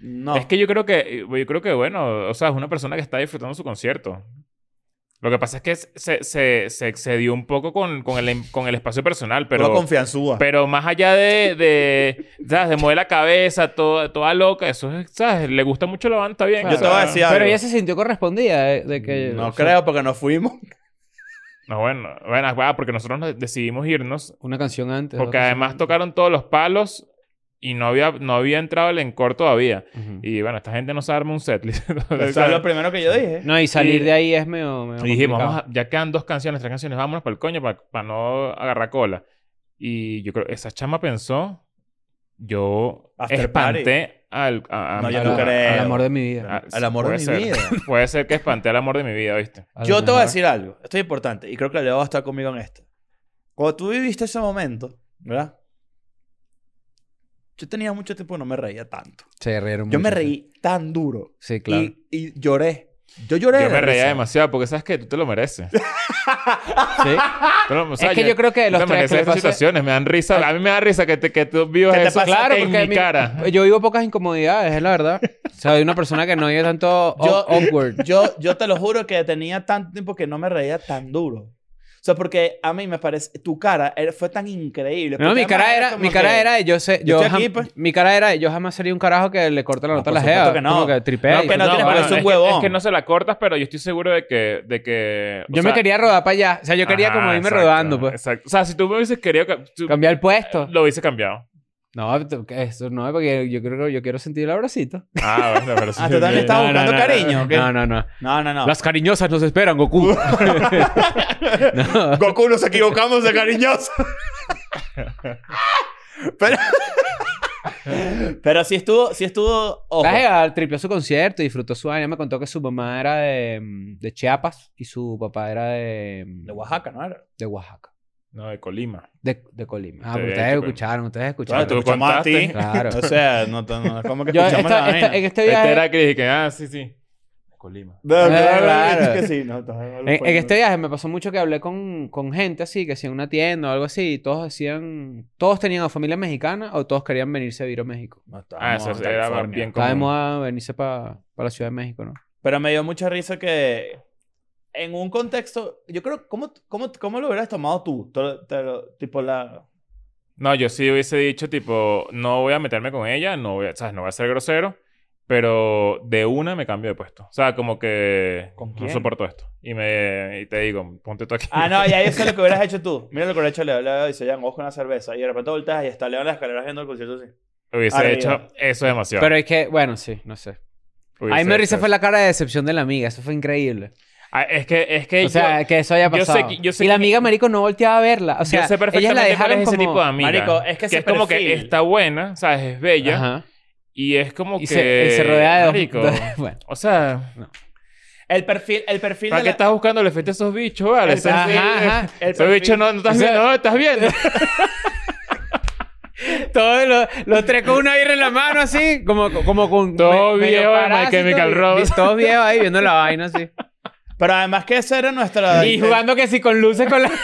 [SPEAKER 2] No.
[SPEAKER 1] Es que yo creo que, yo creo que, bueno, o sea, es una persona que está disfrutando su concierto. Lo que pasa es que se, se, se excedió un poco con, con, el, em, con el espacio personal,
[SPEAKER 2] pero,
[SPEAKER 1] pero,
[SPEAKER 2] confianzúa.
[SPEAKER 1] pero más allá de, de, ¿sabes? de mover la cabeza, toda, toda loca, eso es, ¿sabes? Le gusta mucho la banda, está bien.
[SPEAKER 3] Yo te
[SPEAKER 1] o sea,
[SPEAKER 2] voy a decir- algo.
[SPEAKER 3] Pero ella se sintió correspondida de, de que...
[SPEAKER 2] no
[SPEAKER 3] o sea,
[SPEAKER 2] creo porque nos fuimos.
[SPEAKER 1] No, bueno, bueno, ah, porque nosotros nos decidimos irnos,
[SPEAKER 3] Una canción antes.
[SPEAKER 1] porque
[SPEAKER 3] dos
[SPEAKER 1] además
[SPEAKER 3] canciones
[SPEAKER 1] tocaron todos los palos y no había, no había entrado el encore todavía.
[SPEAKER 3] antes. Ujú.
[SPEAKER 1] Y bueno, esta gente no sabe armar un setlist.
[SPEAKER 2] Eso es lo primero que yo dije.
[SPEAKER 3] No, y salir
[SPEAKER 1] Y-
[SPEAKER 3] de ahí es medio. medio
[SPEAKER 1] Y dijimos,
[SPEAKER 3] complicado.
[SPEAKER 1] vamos a- ya quedan dos canciones, tres canciones, vámonos para el coño para, no agarrar cola. Y yo creo, esa chama pensó, yo
[SPEAKER 2] After party.
[SPEAKER 1] espanté al, a, a-
[SPEAKER 2] No, yo
[SPEAKER 1] a-
[SPEAKER 2] no
[SPEAKER 1] a-
[SPEAKER 2] creo.
[SPEAKER 3] Al amor de mi vida.
[SPEAKER 1] a-
[SPEAKER 2] Al amor de
[SPEAKER 1] puede
[SPEAKER 2] mi
[SPEAKER 1] ser.
[SPEAKER 2] vida.
[SPEAKER 1] Puede ser que espanté al amor de mi vida, ¿viste?
[SPEAKER 3] A lo
[SPEAKER 2] Yo te voy
[SPEAKER 3] mejor.
[SPEAKER 2] a decir algo. Esto es importante y creo que Leo va a estar conmigo en esto. Cuando tú viviste ese momento, ¿verdad? Yo tenía mucho tiempo que no me reía tanto.
[SPEAKER 3] Se rieron
[SPEAKER 2] Yo me
[SPEAKER 3] mucho, sí.
[SPEAKER 2] reí tan duro.
[SPEAKER 3] Sí, claro.
[SPEAKER 2] Y, y lloré. Yo lloré.
[SPEAKER 1] Yo
[SPEAKER 2] de
[SPEAKER 1] me reía
[SPEAKER 2] risa.
[SPEAKER 1] demasiado porque sabes que tú te lo mereces.
[SPEAKER 3] ¿sí?
[SPEAKER 1] Tú lo- o sea,
[SPEAKER 3] es que yo creo que
[SPEAKER 1] tú
[SPEAKER 3] los
[SPEAKER 1] te
[SPEAKER 3] tres
[SPEAKER 1] mereces
[SPEAKER 3] que le
[SPEAKER 1] esas
[SPEAKER 3] pasé-
[SPEAKER 1] situaciones. Me dan risa. A mí me da risa que, te, que tú vivas
[SPEAKER 2] Que te
[SPEAKER 1] eso
[SPEAKER 2] pasa
[SPEAKER 1] claro,
[SPEAKER 3] Claro,
[SPEAKER 1] en
[SPEAKER 3] porque a
[SPEAKER 1] mi
[SPEAKER 3] mí-
[SPEAKER 1] cara.
[SPEAKER 3] yo vivo pocas incomodidades, es la verdad. O sea, soy una persona que no vive tanto au-
[SPEAKER 2] Yo-
[SPEAKER 3] awkward.
[SPEAKER 2] Yo, yo te lo juro que tenía tanto tiempo que no me reía tan duro. O sea, porque a mí me parece, tu cara era- fue tan increíble.
[SPEAKER 3] No,
[SPEAKER 2] Porque
[SPEAKER 3] mi cara
[SPEAKER 2] además
[SPEAKER 3] era,
[SPEAKER 2] como
[SPEAKER 3] mi cara
[SPEAKER 2] que-
[SPEAKER 3] era de yo sé,
[SPEAKER 2] yo
[SPEAKER 3] yo,
[SPEAKER 2] estoy aquí,
[SPEAKER 3] jam-
[SPEAKER 2] pues.
[SPEAKER 3] mi cara era de yo jamás sería un carajo que le corta la nota
[SPEAKER 2] por
[SPEAKER 3] a la
[SPEAKER 2] supuesto
[SPEAKER 3] jeva,
[SPEAKER 2] que no.
[SPEAKER 3] como que tripea. y-
[SPEAKER 2] que no
[SPEAKER 3] yo
[SPEAKER 2] tiene
[SPEAKER 1] bueno,
[SPEAKER 2] por eso
[SPEAKER 1] es
[SPEAKER 2] un
[SPEAKER 1] que-
[SPEAKER 2] huevón.
[SPEAKER 1] Es que no se la cortas, pero yo estoy seguro de que... De que o
[SPEAKER 3] me
[SPEAKER 1] sea,
[SPEAKER 3] quería rodar para allá, o sea, yo quería
[SPEAKER 1] ajá,
[SPEAKER 3] como irme
[SPEAKER 1] exacto,
[SPEAKER 3] rodando, pues.
[SPEAKER 1] Exacto. O sea, si tú me hubieses querido... ca- tú-
[SPEAKER 3] Cambiar el puesto.
[SPEAKER 1] Lo hubiese cambiado.
[SPEAKER 3] No, tú- que eso no, porque yo creo que yo quiero sentir el abracito.
[SPEAKER 1] Ah, bueno, pero sí.
[SPEAKER 2] Ah, tú también estabas
[SPEAKER 3] No, no,
[SPEAKER 2] buscando
[SPEAKER 3] no, no,
[SPEAKER 2] cariño. ¿o qué?
[SPEAKER 3] No, no, no.
[SPEAKER 2] No, no, no.
[SPEAKER 3] Las cariñosas nos esperan, Goku. No.
[SPEAKER 2] Goku nos equivocamos de cariñoso. pero... pero sí estuvo, sí estuvo... Ojo.
[SPEAKER 3] La jeva tripió su concierto y disfrutó su año. Me contó que su mamá era de, mm, de Chiapas y su papá era de, mm,
[SPEAKER 2] De Oaxaca, ¿no era?
[SPEAKER 3] de Oaxaca.
[SPEAKER 1] No, de Colima.
[SPEAKER 3] De, de Colima. Ah,
[SPEAKER 1] Sí,
[SPEAKER 3] pero
[SPEAKER 1] de
[SPEAKER 3] ustedes
[SPEAKER 1] hecho,
[SPEAKER 3] escucharon, ustedes escucharon.
[SPEAKER 1] Claro, tú
[SPEAKER 2] escuchamos a ti.
[SPEAKER 3] Claro.
[SPEAKER 2] O sea, no, no, no es como que
[SPEAKER 3] Yo
[SPEAKER 2] escuchamos
[SPEAKER 3] esta-
[SPEAKER 2] la
[SPEAKER 3] esta-
[SPEAKER 2] vaina.
[SPEAKER 3] en este
[SPEAKER 1] Este
[SPEAKER 3] viaje,
[SPEAKER 1] era que dije que... Ah, sí, sí. Colima.
[SPEAKER 2] No,
[SPEAKER 3] Eh,
[SPEAKER 2] claro,
[SPEAKER 3] claro.
[SPEAKER 2] es que sí, no, no, no,
[SPEAKER 3] en,
[SPEAKER 2] no,
[SPEAKER 3] en este viaje me pasó mucho que hablé con, con gente así, que si en una tienda o algo así, y todos decían, todos tenían o familia mexicana o todos querían venirse a vivir a México.
[SPEAKER 2] no, estábamos
[SPEAKER 1] Ah, eso
[SPEAKER 2] en
[SPEAKER 1] era
[SPEAKER 2] California.
[SPEAKER 1] bien
[SPEAKER 3] Estaba de
[SPEAKER 1] común.
[SPEAKER 3] moda venirse para la Ciudad de México, ¿no?
[SPEAKER 2] Pero me dio mucha risa que en un contexto, yo creo, ¿cómo, cómo, cómo lo hubieras tomado tú? Te lo- te lo- tipo la...
[SPEAKER 1] No, yo sí hubiese dicho, tipo, no voy a meterme con ella, no voy a, ¿sabes? No voy a ser grosero, pero de una me cambio de puesto. O sea, como que
[SPEAKER 2] ¿Con
[SPEAKER 1] no
[SPEAKER 2] quién?
[SPEAKER 1] soporto esto. Y, me, y te digo, ponte tú aquí.
[SPEAKER 2] Ah, no, ya eso es lo que hubieras hecho tú. Mira lo que hubiera hecho Leo. Leo dice, ya, vos con una cerveza. Y de repente volteas y está Leo en las escaleras viendo el concierto así.
[SPEAKER 1] Hubiese
[SPEAKER 2] Arriba.
[SPEAKER 1] hecho eso demasiado.
[SPEAKER 3] Pero es que, bueno, sí, no sé.
[SPEAKER 1] Hubiese
[SPEAKER 3] Ahí me
[SPEAKER 1] hecho
[SPEAKER 3] risa
[SPEAKER 1] eso.
[SPEAKER 3] fue la cara de decepción de la amiga, eso fue increíble.
[SPEAKER 1] Ah, es que, es que
[SPEAKER 3] O sea,
[SPEAKER 1] yo,
[SPEAKER 3] que eso haya
[SPEAKER 1] yo sé
[SPEAKER 3] pasado.
[SPEAKER 1] que- yo sé
[SPEAKER 3] y la
[SPEAKER 1] que-
[SPEAKER 3] amiga, marico, no volteaba a verla. O sea,
[SPEAKER 1] yo sé
[SPEAKER 3] ellas la
[SPEAKER 1] perfectamente cuál
[SPEAKER 3] dejaron
[SPEAKER 1] es ese
[SPEAKER 3] como...
[SPEAKER 1] tipo de amiga.
[SPEAKER 2] Marico, es que ese
[SPEAKER 1] es como
[SPEAKER 2] perfil-
[SPEAKER 1] que está buena, ¿sabes? Es bella.
[SPEAKER 3] Ajá.
[SPEAKER 1] Y es como que...
[SPEAKER 3] Y se, y se rodea de dos...
[SPEAKER 1] marico,
[SPEAKER 3] bueno.
[SPEAKER 1] O sea,
[SPEAKER 2] El perfil, el perfil
[SPEAKER 1] ¿para
[SPEAKER 2] de
[SPEAKER 1] qué
[SPEAKER 2] la-
[SPEAKER 1] estás buscando el efecto a esos bichos, vale?
[SPEAKER 2] El
[SPEAKER 1] Ese-
[SPEAKER 2] perfil-
[SPEAKER 3] Ajá, ajá.
[SPEAKER 2] el
[SPEAKER 1] Esos
[SPEAKER 2] perfil-
[SPEAKER 1] bichos no, no estás
[SPEAKER 3] O sea-
[SPEAKER 1] viendo, no estás viendo.
[SPEAKER 3] Todos los, los tres con una birra en la mano así, como, como con...
[SPEAKER 1] Todo
[SPEAKER 3] medio
[SPEAKER 1] viejo de My
[SPEAKER 3] parásito,
[SPEAKER 1] Chemical
[SPEAKER 3] vi-
[SPEAKER 1] Romance.
[SPEAKER 3] vi- Todos viejos ahí viendo la vaina así.
[SPEAKER 2] Pero además que esa era nuestra...
[SPEAKER 3] Y jugando que si con luces con la...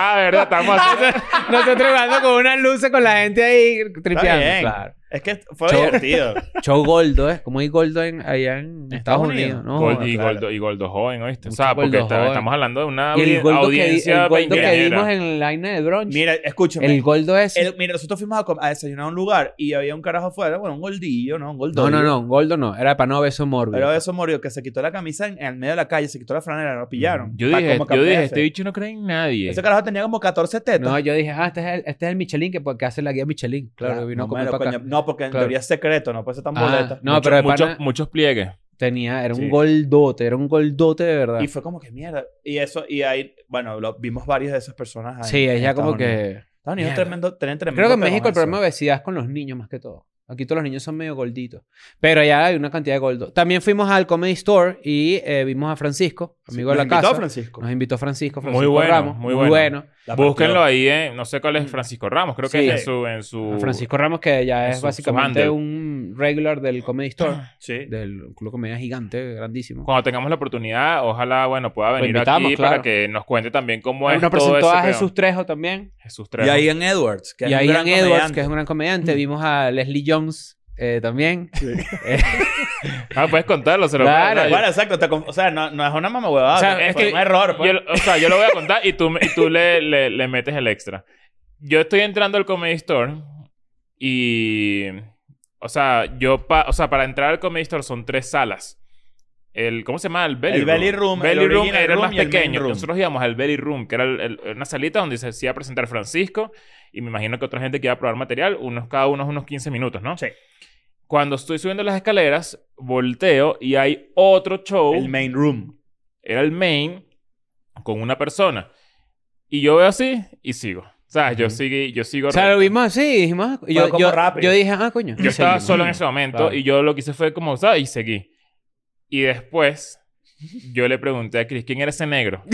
[SPEAKER 1] Ah, verdad, estamos haciendo...
[SPEAKER 3] Nosotros jugando con unas luces con la gente ahí
[SPEAKER 2] Está
[SPEAKER 3] tripeando.
[SPEAKER 2] bien.
[SPEAKER 3] Claro.
[SPEAKER 2] Es que fue
[SPEAKER 3] Chau.
[SPEAKER 2] divertido.
[SPEAKER 3] Show Goldo, ¿eh? Como hay Goldo en, allá en Estados, Unidos.
[SPEAKER 2] Unidos.
[SPEAKER 3] ¿no?
[SPEAKER 1] Gol-
[SPEAKER 3] jodas.
[SPEAKER 1] y,
[SPEAKER 2] claro.
[SPEAKER 1] Goldo, y Goldo joven, ¿oíste?
[SPEAKER 3] Mucho
[SPEAKER 1] o sea, porque
[SPEAKER 3] Goldo
[SPEAKER 1] está-
[SPEAKER 3] joven.
[SPEAKER 1] estamos hablando de
[SPEAKER 2] Ah,
[SPEAKER 1] una
[SPEAKER 3] Y
[SPEAKER 1] audi-
[SPEAKER 3] el Goldo, que, di-
[SPEAKER 1] audiencia
[SPEAKER 3] el Goldo que
[SPEAKER 1] veinteañera.
[SPEAKER 3] dimos en la vaina de brunch.
[SPEAKER 2] Mira, escúchame.
[SPEAKER 3] el Goldo ese.
[SPEAKER 2] El- mira, nosotros fuimos a, com- a desayunar a un lugar y había un carajo afuera, bueno, un goldillo, ¿no? Un goldillo.
[SPEAKER 3] No, no, no. Goldo no. Era para no beso mórbido.
[SPEAKER 2] Pero eso murió, que se quitó la camisa en, en el medio de la calle, se quitó la franela, lo pillaron.
[SPEAKER 1] Yo
[SPEAKER 2] Pa'
[SPEAKER 1] dije,
[SPEAKER 2] como
[SPEAKER 1] yo dije,
[SPEAKER 2] campearse.
[SPEAKER 1] este bicho no cree en nadie.
[SPEAKER 2] Ese carajo tenía como 14 tetas.
[SPEAKER 3] No, yo dije, ah, este es el, este es el Michelin que, que hace la guía Michelin. Claro, vino a comer
[SPEAKER 2] bueno,
[SPEAKER 3] para acá.
[SPEAKER 2] coño, no, porque en
[SPEAKER 3] Claro.
[SPEAKER 2] teoría es secreto, no puede ser tan
[SPEAKER 3] Ah,
[SPEAKER 2] boleta.
[SPEAKER 3] no,
[SPEAKER 1] Mucho-
[SPEAKER 3] pero de
[SPEAKER 1] muchos,
[SPEAKER 3] pana-
[SPEAKER 1] muchos pliegues.
[SPEAKER 3] Tenía, era
[SPEAKER 1] Sí.
[SPEAKER 3] un goldote, era un goldote de verdad.
[SPEAKER 2] Y fue como que mierda. Y eso, y ahí, bueno, lo- vimos varias de esas personas ahí.
[SPEAKER 3] sí, es
[SPEAKER 2] en
[SPEAKER 3] ya
[SPEAKER 2] Estados
[SPEAKER 3] como
[SPEAKER 2] Unidos.
[SPEAKER 3] que.
[SPEAKER 2] Estados Unidos
[SPEAKER 3] Mierda.
[SPEAKER 2] tremendo, tienen tremendo.
[SPEAKER 3] Creo que en
[SPEAKER 2] pegón
[SPEAKER 3] México el
[SPEAKER 2] eso.
[SPEAKER 3] problema de obesidad es con los niños más que todo. Aquí todos los niños son medio golditos. Pero allá hay una cantidad de goldos. También fuimos al Comedy Store y eh, vimos a Francisco, amigo
[SPEAKER 2] Nos
[SPEAKER 3] de la
[SPEAKER 2] invitó
[SPEAKER 3] casa.
[SPEAKER 2] Francisco.
[SPEAKER 3] Nos invitó Francisco,
[SPEAKER 1] Muy
[SPEAKER 3] Francisco
[SPEAKER 1] bueno,
[SPEAKER 3] Ramos.
[SPEAKER 1] muy bueno.
[SPEAKER 2] La
[SPEAKER 1] Búsquenlo
[SPEAKER 2] partió.
[SPEAKER 1] ahí, en, no sé cuál es Francisco Ramos, creo que
[SPEAKER 3] Sí.
[SPEAKER 1] es en su... En su...
[SPEAKER 3] Francisco Ramos, que ya
[SPEAKER 1] Es
[SPEAKER 3] es
[SPEAKER 1] su- Ah. su
[SPEAKER 3] básicamente
[SPEAKER 1] handle.
[SPEAKER 3] un regular del Comedy Store,
[SPEAKER 2] Sí.
[SPEAKER 3] del club de comedia gigante, grandísimo.
[SPEAKER 1] Cuando tengamos la oportunidad, ojalá, bueno, pueda venir
[SPEAKER 3] invitamos,
[SPEAKER 1] aquí
[SPEAKER 3] claro.
[SPEAKER 1] para que nos cuente también cómo es
[SPEAKER 3] Uno
[SPEAKER 1] todo ese
[SPEAKER 3] presentó a
[SPEAKER 1] pedo.
[SPEAKER 3] Jesús Trejo también.
[SPEAKER 1] Jesús
[SPEAKER 2] Y
[SPEAKER 1] Trejo.
[SPEAKER 2] a Ian Edwards, que
[SPEAKER 3] y
[SPEAKER 2] es
[SPEAKER 3] a
[SPEAKER 2] un gran
[SPEAKER 3] Ian Edwards,
[SPEAKER 2] comediante.
[SPEAKER 3] que es un gran
[SPEAKER 1] Mm.
[SPEAKER 3] comediante. Vimos a Leslie Jones eh, también.
[SPEAKER 1] Ah, puedes contarlo, se lo
[SPEAKER 3] Claro,
[SPEAKER 1] puedes-
[SPEAKER 2] Bueno, exacto. te conf- o sea, no, no es una mamá huevada.
[SPEAKER 1] O sea, es que
[SPEAKER 2] un error. pues.
[SPEAKER 1] Yo- o sea, yo lo voy a contar y tú, me- y tú le, le- le metes el extra. Yo estoy entrando al Comedy Store y... O sea, yo... pa- o sea, para entrar al Comedy Store son tres salas. El, ¿Cómo se llama? El Belly
[SPEAKER 2] El
[SPEAKER 1] Room.
[SPEAKER 2] Belly Room,
[SPEAKER 1] Belly
[SPEAKER 2] el
[SPEAKER 1] Room era
[SPEAKER 2] Original
[SPEAKER 1] el
[SPEAKER 2] Room
[SPEAKER 1] más
[SPEAKER 2] y el Main
[SPEAKER 1] pequeño.
[SPEAKER 2] Room.
[SPEAKER 1] Nosotros íbamos al Belly Room, que era el- el- una salita donde se se iba a presentar Francisco y me imagino que otra gente que iba a probar material, unos cada uno unos 15 minutos, ¿no?
[SPEAKER 2] Sí.
[SPEAKER 1] Cuando estoy subiendo las escaleras, volteo y hay otro show
[SPEAKER 3] Uh.
[SPEAKER 2] El main room.
[SPEAKER 1] era el main con una persona. Y yo veo así y sigo. O sea, yo,
[SPEAKER 3] Ujú.
[SPEAKER 1] sigue, yo sigo.
[SPEAKER 3] o sea,
[SPEAKER 1] recto.
[SPEAKER 3] lo vimos así y dijimos... ah,
[SPEAKER 2] Fue
[SPEAKER 3] y yo,
[SPEAKER 2] como
[SPEAKER 3] yo,
[SPEAKER 2] rápido.
[SPEAKER 3] yo dije, ah, coño.
[SPEAKER 1] Yo estaba
[SPEAKER 3] seguimos.
[SPEAKER 1] solo en ese momento
[SPEAKER 3] Claro.
[SPEAKER 1] y yo lo que hice fue como, ¿sabes? Y seguí. Y después yo le pregunté a Chris, ¿quién era ese negro?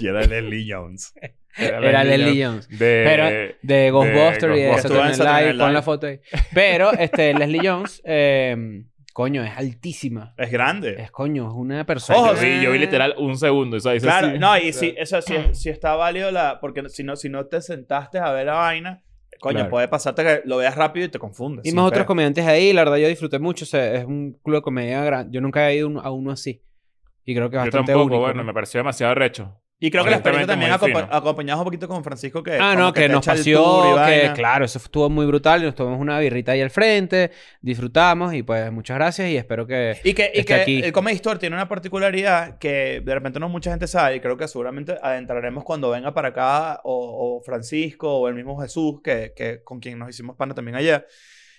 [SPEAKER 2] Y era Leslie Jones.
[SPEAKER 3] Era Leslie Jones.
[SPEAKER 1] De...
[SPEAKER 3] Pero de Ghostbusters y de
[SPEAKER 1] Ghostbusters.
[SPEAKER 3] Saturday Night
[SPEAKER 2] Estuvo en Saturday
[SPEAKER 3] Live,
[SPEAKER 2] Night
[SPEAKER 3] pon la
[SPEAKER 2] Live.
[SPEAKER 3] foto ahí. Pero este, Leslie Jones eh, coño, es altísima.
[SPEAKER 2] Es grande.
[SPEAKER 3] Es coño, es una persona.
[SPEAKER 1] Ojo,
[SPEAKER 2] Ojo,
[SPEAKER 1] sí, yo vi literal un segundo. Eso, eso
[SPEAKER 2] claro,
[SPEAKER 1] sí.
[SPEAKER 2] no, y sí, eso sí, sí está válido, la, porque si no, si no te sentaste a ver la vaina, coño,
[SPEAKER 3] Claro.
[SPEAKER 2] puede pasarte que lo veas rápido y te confundes.
[SPEAKER 3] Y
[SPEAKER 2] sin
[SPEAKER 3] más otros
[SPEAKER 2] pedo.
[SPEAKER 3] comediantes ahí, la verdad yo disfruté mucho. o sea, es un club de comedia grande. Yo nunca he ido un- a uno así. Y creo que es
[SPEAKER 1] Yo
[SPEAKER 3] bastante
[SPEAKER 1] tampoco,
[SPEAKER 3] único.
[SPEAKER 1] bueno,
[SPEAKER 3] ¿no?
[SPEAKER 1] me pareció demasiado recho.
[SPEAKER 2] Y creo que la experiencia
[SPEAKER 1] Honestamente,
[SPEAKER 2] también
[SPEAKER 1] muy
[SPEAKER 2] acompa-
[SPEAKER 1] fino.
[SPEAKER 2] acompañados un poquito con Francisco que
[SPEAKER 3] Ah,
[SPEAKER 2] como
[SPEAKER 3] no,
[SPEAKER 2] te
[SPEAKER 3] que nos
[SPEAKER 2] echa el tour y
[SPEAKER 3] paseó, que
[SPEAKER 2] vaina.
[SPEAKER 3] claro, eso estuvo muy brutal. y Nos tomamos una birrita ahí al frente, disfrutamos y pues muchas gracias y espero que...
[SPEAKER 2] Y que, y
[SPEAKER 3] Está
[SPEAKER 2] que
[SPEAKER 3] aquí.
[SPEAKER 2] el Comedy Store tiene una particularidad que de repente no mucha gente sabe y creo que seguramente adentraremos cuando venga para acá o, o Francisco o el mismo Jesús que, que con quien nos hicimos pana también allá.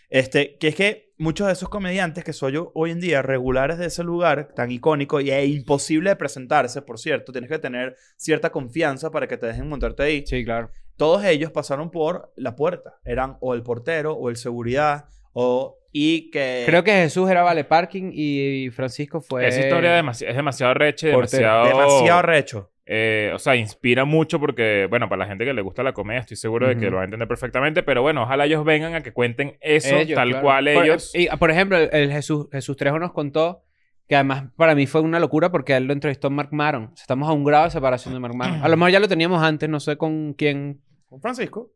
[SPEAKER 2] Este, que es que muchos de esos comediantes que soy yo hoy en día regulares de ese lugar tan icónico y es imposible de presentarse, por cierto, tienes que tener cierta confianza para que te dejen montarte ahí.
[SPEAKER 3] Sí, claro.
[SPEAKER 2] Todos ellos pasaron por la puerta, eran o el portero o el seguridad o y que
[SPEAKER 3] Creo que Jesús era Vale Parking y Francisco fue...
[SPEAKER 1] Esa historia demasi- es demasiado recha y
[SPEAKER 3] Portero.
[SPEAKER 1] demasiado...
[SPEAKER 3] Oh.
[SPEAKER 2] demasiado recho.
[SPEAKER 1] eh, o sea, inspira mucho porque, bueno, para la gente que le gusta la comedia, estoy seguro de que
[SPEAKER 3] Ujú.
[SPEAKER 1] lo va a entender perfectamente. Pero bueno, ojalá ellos vengan a que cuenten eso
[SPEAKER 3] Ellos,
[SPEAKER 1] tal
[SPEAKER 3] claro.
[SPEAKER 1] cual
[SPEAKER 3] Por-
[SPEAKER 1] ellos.
[SPEAKER 3] y, por ejemplo, el, el Jesús, Jesús Trejo nos contó que además para mí fue una locura porque a él lo entrevistó Mark Maron. O sea, estamos a un grado de separación de Mark Maron. A lo mejor ya lo teníamos antes, no sé con quién.
[SPEAKER 2] Con Francisco.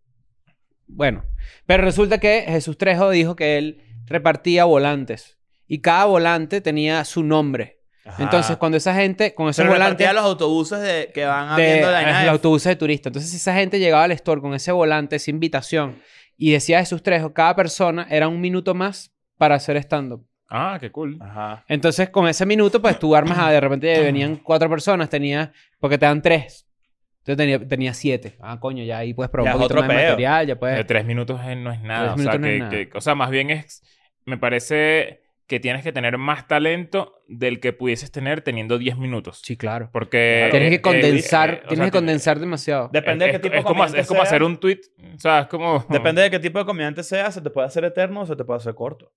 [SPEAKER 3] Bueno, pero resulta que Jesús Trejo dijo que él repartía volantes y cada volante tenía su nombre. Entonces, cuando esa gente con
[SPEAKER 2] se
[SPEAKER 3] ese volante
[SPEAKER 2] Ah. repartía los autobuses de, que van
[SPEAKER 3] de
[SPEAKER 2] abriendo la
[SPEAKER 3] eh,
[SPEAKER 2] nave.
[SPEAKER 3] los autobuses de turista. Entonces, si esa gente llegaba al store con ese volante, esa invitación, y decía Jesús Trejo, cada persona era un minuto más para hacer stand-up.
[SPEAKER 1] Ah, qué cool.
[SPEAKER 2] Ajá.
[SPEAKER 3] Entonces, con ese minuto, pues tú armas a de repente venían cuatro personas, tenías, porque te dan tres. Entonces tenía, tenía siete. Ah, coño, ya ahí puedes probar
[SPEAKER 2] Ya
[SPEAKER 3] un
[SPEAKER 2] es
[SPEAKER 3] poquito
[SPEAKER 2] otro
[SPEAKER 3] más de
[SPEAKER 2] peo.
[SPEAKER 3] material, ya
[SPEAKER 1] De
[SPEAKER 3] puedes.
[SPEAKER 1] tres minutos eh, no es nada.
[SPEAKER 3] Tres
[SPEAKER 1] O sea,
[SPEAKER 3] minutos no es
[SPEAKER 1] que-
[SPEAKER 3] nada.
[SPEAKER 1] que- o sea, más bien es... Me parece que tienes que tener más talento del que pudieses tener teniendo 10 minutos.
[SPEAKER 3] Sí, claro.
[SPEAKER 1] Porque...
[SPEAKER 3] tienes
[SPEAKER 1] eh,
[SPEAKER 3] que condensar,
[SPEAKER 1] eh, o sea,
[SPEAKER 3] tienes que
[SPEAKER 1] tiene-
[SPEAKER 3] condensar demasiado.
[SPEAKER 2] Depende
[SPEAKER 1] es,
[SPEAKER 2] de
[SPEAKER 1] es-
[SPEAKER 2] qué tipo
[SPEAKER 1] es
[SPEAKER 2] de
[SPEAKER 1] como,
[SPEAKER 2] comediante
[SPEAKER 1] es como
[SPEAKER 2] sea.
[SPEAKER 1] hacer un tweet. O sea, es como...
[SPEAKER 2] Depende de qué tipo de comediante sea, se te puede hacer eterno o se te puede hacer corto. O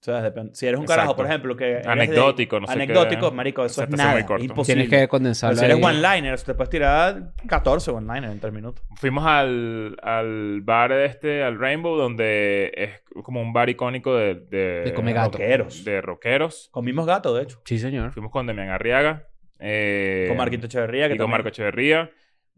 [SPEAKER 2] sea, depende. Si eres un carajo,
[SPEAKER 1] Exacto.
[SPEAKER 2] por ejemplo, que... eres de-
[SPEAKER 1] Anecdótico, no sé qué.
[SPEAKER 2] Anecdótico, marico, eso
[SPEAKER 1] Se
[SPEAKER 2] es
[SPEAKER 1] te hace muy
[SPEAKER 2] nada.
[SPEAKER 1] corto.
[SPEAKER 2] Imposible.
[SPEAKER 3] Tienes que
[SPEAKER 2] Pero
[SPEAKER 3] condensarlo.
[SPEAKER 2] si eres
[SPEAKER 3] ahí.
[SPEAKER 2] one-liners, te puedes tirar 14 one-liners en 3 minutos.
[SPEAKER 1] Fuimos al, al bar este, al Rainbow, donde es como un bar icónico de... De,
[SPEAKER 3] De come gato.
[SPEAKER 2] Rockeros.
[SPEAKER 1] De rockeros.
[SPEAKER 2] Comimos gato, de hecho.
[SPEAKER 3] Sí, señor.
[SPEAKER 1] Fuimos con Demian Arriaga. eh,
[SPEAKER 2] Con Marquito Echeverría. Que
[SPEAKER 1] y con
[SPEAKER 2] también-
[SPEAKER 1] Marco Echeverría.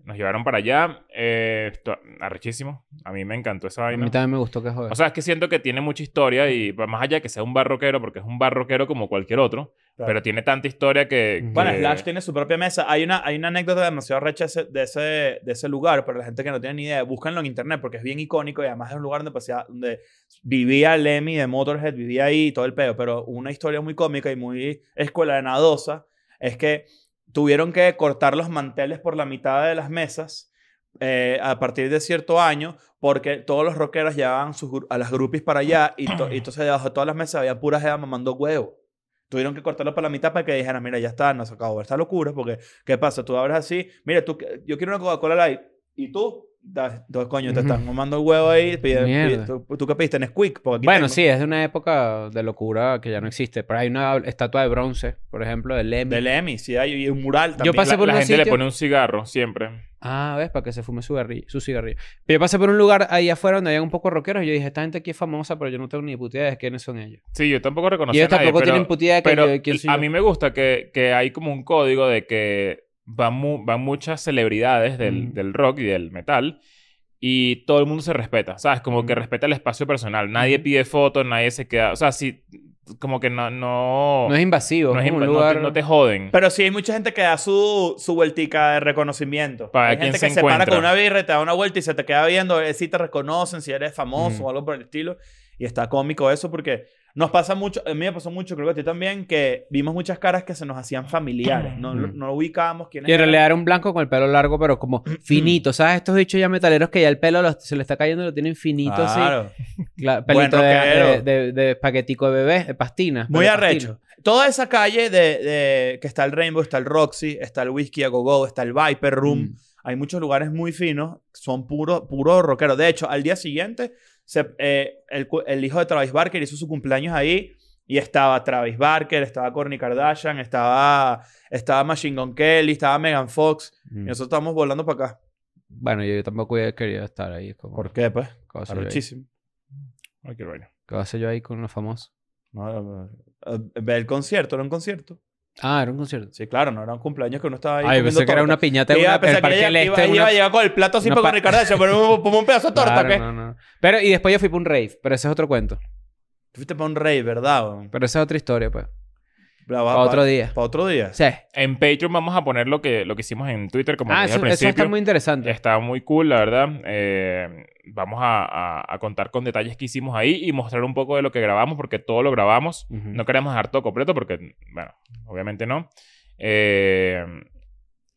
[SPEAKER 1] Nos llevaron para allá. Eh, esto- arrechísimo. A mí me encantó esa
[SPEAKER 3] A
[SPEAKER 1] vaina.
[SPEAKER 3] mí también me gustó que joder.
[SPEAKER 1] O sea, es que siento que tiene mucha historia y pues, más allá de que sea un barroquero, porque es un barroquero como cualquier otro,
[SPEAKER 2] Claro.
[SPEAKER 1] pero tiene tanta historia que...
[SPEAKER 2] Bueno,
[SPEAKER 1] que-
[SPEAKER 2] Slash tiene su propia mesa. Hay una, hay una anécdota demasiado recha ese- de ese, de ese lugar, para la gente que no tiene ni idea, búscanlo en internet porque es bien icónico y además es un lugar donde, pasea- donde vivía Lemmy de Motorhead, vivía ahí y todo el pedo. Pero una historia muy cómica y muy escuelanadosa es que tuvieron que cortar los manteles por la mitad de las mesas eh, a partir de cierto año porque todos los rockeros llevaban sus gru- a las groupies para allá y, to- y entonces debajo de todas las mesas había puras jeva mamando huevo. Tuvieron que cortarlo para la mitad para que dijeran, mira, ya está, nos acabó esta locura, porque, ¿qué pasa? Tú abres así, mira, tú, que- yo quiero una Coca-Cola Light, y tú, das, dos coños, te
[SPEAKER 3] Ujú.
[SPEAKER 2] están mamando el huevo ahí, pide-
[SPEAKER 3] Mierda.
[SPEAKER 2] pide- ¿tú, tú qué pediste? Nesquik, porque aquí
[SPEAKER 3] Bueno,
[SPEAKER 2] tengo.
[SPEAKER 3] sí, es de una época de locura que ya no existe. Pero hay una estatua de bronce, por ejemplo, de Lemmy.
[SPEAKER 2] Del Emmy, sí, hay y un mural también.
[SPEAKER 1] La,
[SPEAKER 3] pasé- Pasa por
[SPEAKER 1] la
[SPEAKER 3] un
[SPEAKER 1] gente le
[SPEAKER 3] sitio-
[SPEAKER 1] pone un cigarro siempre.
[SPEAKER 3] Ah, ¿ves? Para que se fume su, garri- su cigarrillo. Pero yo pasé por un lugar ahí afuera donde había un poco rockeros y yo dije, esta gente aquí es famosa, pero yo no tengo ni puta idea de quiénes son ellos.
[SPEAKER 1] Sí, yo tampoco
[SPEAKER 3] y
[SPEAKER 1] reconocí a
[SPEAKER 3] ellos
[SPEAKER 1] nadie,
[SPEAKER 3] tampoco
[SPEAKER 1] pero,
[SPEAKER 3] tienen puta idea de que
[SPEAKER 1] pero
[SPEAKER 3] yo- quién soy
[SPEAKER 1] a
[SPEAKER 3] yo.
[SPEAKER 1] mí me gusta que, que hay como un código de que van, mu- van muchas celebridades del,
[SPEAKER 3] Mm.
[SPEAKER 1] del rock y del metal y todo el mundo se respeta, ¿sabes? Como
[SPEAKER 3] Mm.
[SPEAKER 1] que respeta el espacio personal. Nadie pide fotos, nadie se queda... O sea, sí, como que no... No,
[SPEAKER 3] No es invasivo,
[SPEAKER 1] no
[SPEAKER 3] es
[SPEAKER 1] es
[SPEAKER 3] como
[SPEAKER 1] imp-
[SPEAKER 3] un
[SPEAKER 1] no te-
[SPEAKER 3] lugar...
[SPEAKER 1] no te joden.
[SPEAKER 2] Pero sí hay mucha gente que da su, su vueltica de reconocimiento.
[SPEAKER 1] Para
[SPEAKER 2] hay
[SPEAKER 1] ver quién
[SPEAKER 2] gente
[SPEAKER 1] se
[SPEAKER 2] que se para
[SPEAKER 1] encuentra.
[SPEAKER 2] con una birra y te da una vuelta y se te queda viendo, eh, si te reconocen, si eres famoso
[SPEAKER 3] Ujú.
[SPEAKER 2] o algo por el estilo. Y está cómico eso porque nos pasa mucho, a mí me pasó mucho, creo que a ti también, que vimos muchas caras que se nos hacían familiares. No,
[SPEAKER 3] Ujú.
[SPEAKER 2] no ubicábamos quiénes
[SPEAKER 3] Y en
[SPEAKER 2] eran.
[SPEAKER 3] realidad era un blanco con el pelo largo, pero como
[SPEAKER 2] Mm.
[SPEAKER 3] finito. ¿Sabes? Estos bichos ya metaleros que ya el pelo los- se le está cayendo, lo tienen finito así.
[SPEAKER 2] Claro.
[SPEAKER 3] Cla-
[SPEAKER 2] Buen
[SPEAKER 3] pelito de,
[SPEAKER 2] rockero.
[SPEAKER 3] de- de- de paquetico de bebé, de pastina.
[SPEAKER 2] Muy
[SPEAKER 3] de
[SPEAKER 2] arrecho. Toda esa calle de, de- que está el Rainbow, está el Roxy, está el Whiskey a Go Go, está el Viper
[SPEAKER 3] pastina.
[SPEAKER 2] Room.
[SPEAKER 3] Mm.
[SPEAKER 2] Hay muchos lugares muy finos, son puro, puro rockero. De hecho, al día siguiente, se- eh, el, cu- el hijo de Travis Barker hizo su cumpleaños ahí y estaba Travis Barker, estaba Kourtney Kardashian, estaba, estaba Machine Gun Kelly, estaba Megan Fox. Y
[SPEAKER 3] Mm.
[SPEAKER 2] nosotros estábamos volando para acá.
[SPEAKER 3] Bueno, yo tampoco hubiera querido estar ahí. es Como,
[SPEAKER 2] ¿Por qué, pues?
[SPEAKER 3] ¿Qué voy a hacer yo ahí?
[SPEAKER 2] Arrechísimo.
[SPEAKER 1] Ay, qué bueno.
[SPEAKER 3] ¿Qué voy a hacer yo ahí con los famosos?
[SPEAKER 2] No, no, no. Eh, Ve el concierto, era un concierto.
[SPEAKER 3] Ah, era un concierto.
[SPEAKER 2] Sí, claro, no era un cumpleaños que uno estaba ahí.
[SPEAKER 3] Ay,
[SPEAKER 2] comiendo
[SPEAKER 3] pensé que era
[SPEAKER 2] torta.
[SPEAKER 3] una piñata en
[SPEAKER 2] Iba a
[SPEAKER 3] una-
[SPEAKER 2] pensar
[SPEAKER 3] el
[SPEAKER 2] que
[SPEAKER 3] Parque
[SPEAKER 2] ella
[SPEAKER 3] del Este.
[SPEAKER 2] iba,
[SPEAKER 3] una-
[SPEAKER 2] iba a llegar con el plato así
[SPEAKER 3] una
[SPEAKER 2] para
[SPEAKER 3] pa-
[SPEAKER 2] con Ricardacho, pero un, un pedazo de torta,
[SPEAKER 3] Claro,
[SPEAKER 2] ¿qué?
[SPEAKER 3] no, no. Pero, y después yo fui para un rave, pero ese es otro cuento.
[SPEAKER 2] Fuiste para un rey, ¿verdad? weón?
[SPEAKER 3] Pero esa es otra historia, pues.
[SPEAKER 2] Para
[SPEAKER 3] Para otro día.
[SPEAKER 2] Para otro día.
[SPEAKER 3] Sí.
[SPEAKER 1] En Patreon vamos a poner lo que, lo que hicimos en Twitter, como
[SPEAKER 3] Ah,
[SPEAKER 1] dije
[SPEAKER 3] eso,
[SPEAKER 1] al
[SPEAKER 3] eso
[SPEAKER 1] principio. este,
[SPEAKER 3] está muy interesante.
[SPEAKER 1] Está muy cool, la verdad. Eh, vamos a, a- a contar con detalles que hicimos ahí y mostrar un poco de lo que grabamos, porque todo lo grabamos.
[SPEAKER 3] Ujú.
[SPEAKER 1] No queremos dejar todo completo, porque, bueno, obviamente no. Eh,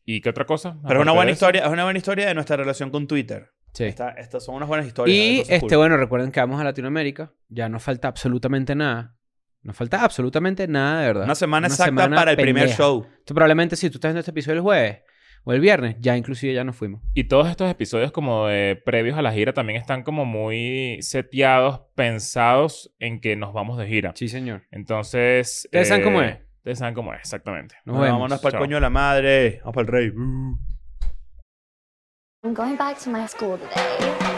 [SPEAKER 1] ¿Y qué otra cosa?
[SPEAKER 2] Pero es
[SPEAKER 1] Aparte
[SPEAKER 2] una
[SPEAKER 1] de
[SPEAKER 2] buena
[SPEAKER 1] eso.
[SPEAKER 2] historia, es una buena historia de nuestra relación con Twitter.
[SPEAKER 3] Sí.
[SPEAKER 2] Esta- estas son unas buenas historias.
[SPEAKER 3] Y
[SPEAKER 2] hay cosas
[SPEAKER 3] este,
[SPEAKER 2] cool.
[SPEAKER 3] bueno, recuerden que vamos a Latinoamérica. Ya no falta absolutamente nada. No falta absolutamente nada, de verdad.
[SPEAKER 2] Una semana
[SPEAKER 3] Una
[SPEAKER 2] exacta
[SPEAKER 3] semana
[SPEAKER 2] para el primer
[SPEAKER 3] pendeja.
[SPEAKER 2] show.
[SPEAKER 3] Entonces, probablemente si tú estás viendo este episodio el jueves o el viernes, ya inclusive ya nos fuimos.
[SPEAKER 1] Y todos estos episodios como de previos a la gira también están como muy seteados, pensados en que nos vamos de gira.
[SPEAKER 3] Sí, señor.
[SPEAKER 1] Entonces... eh,
[SPEAKER 3] Ustedes saben cómo es.
[SPEAKER 1] Ustedes saben cómo es, exactamente.
[SPEAKER 3] Nos
[SPEAKER 2] Bueno,
[SPEAKER 3] vemos.
[SPEAKER 2] vámonos para el
[SPEAKER 1] Chao.
[SPEAKER 2] coño de la madre. Vamos para el rey. Uh.
[SPEAKER 4] I'm going back to my school today.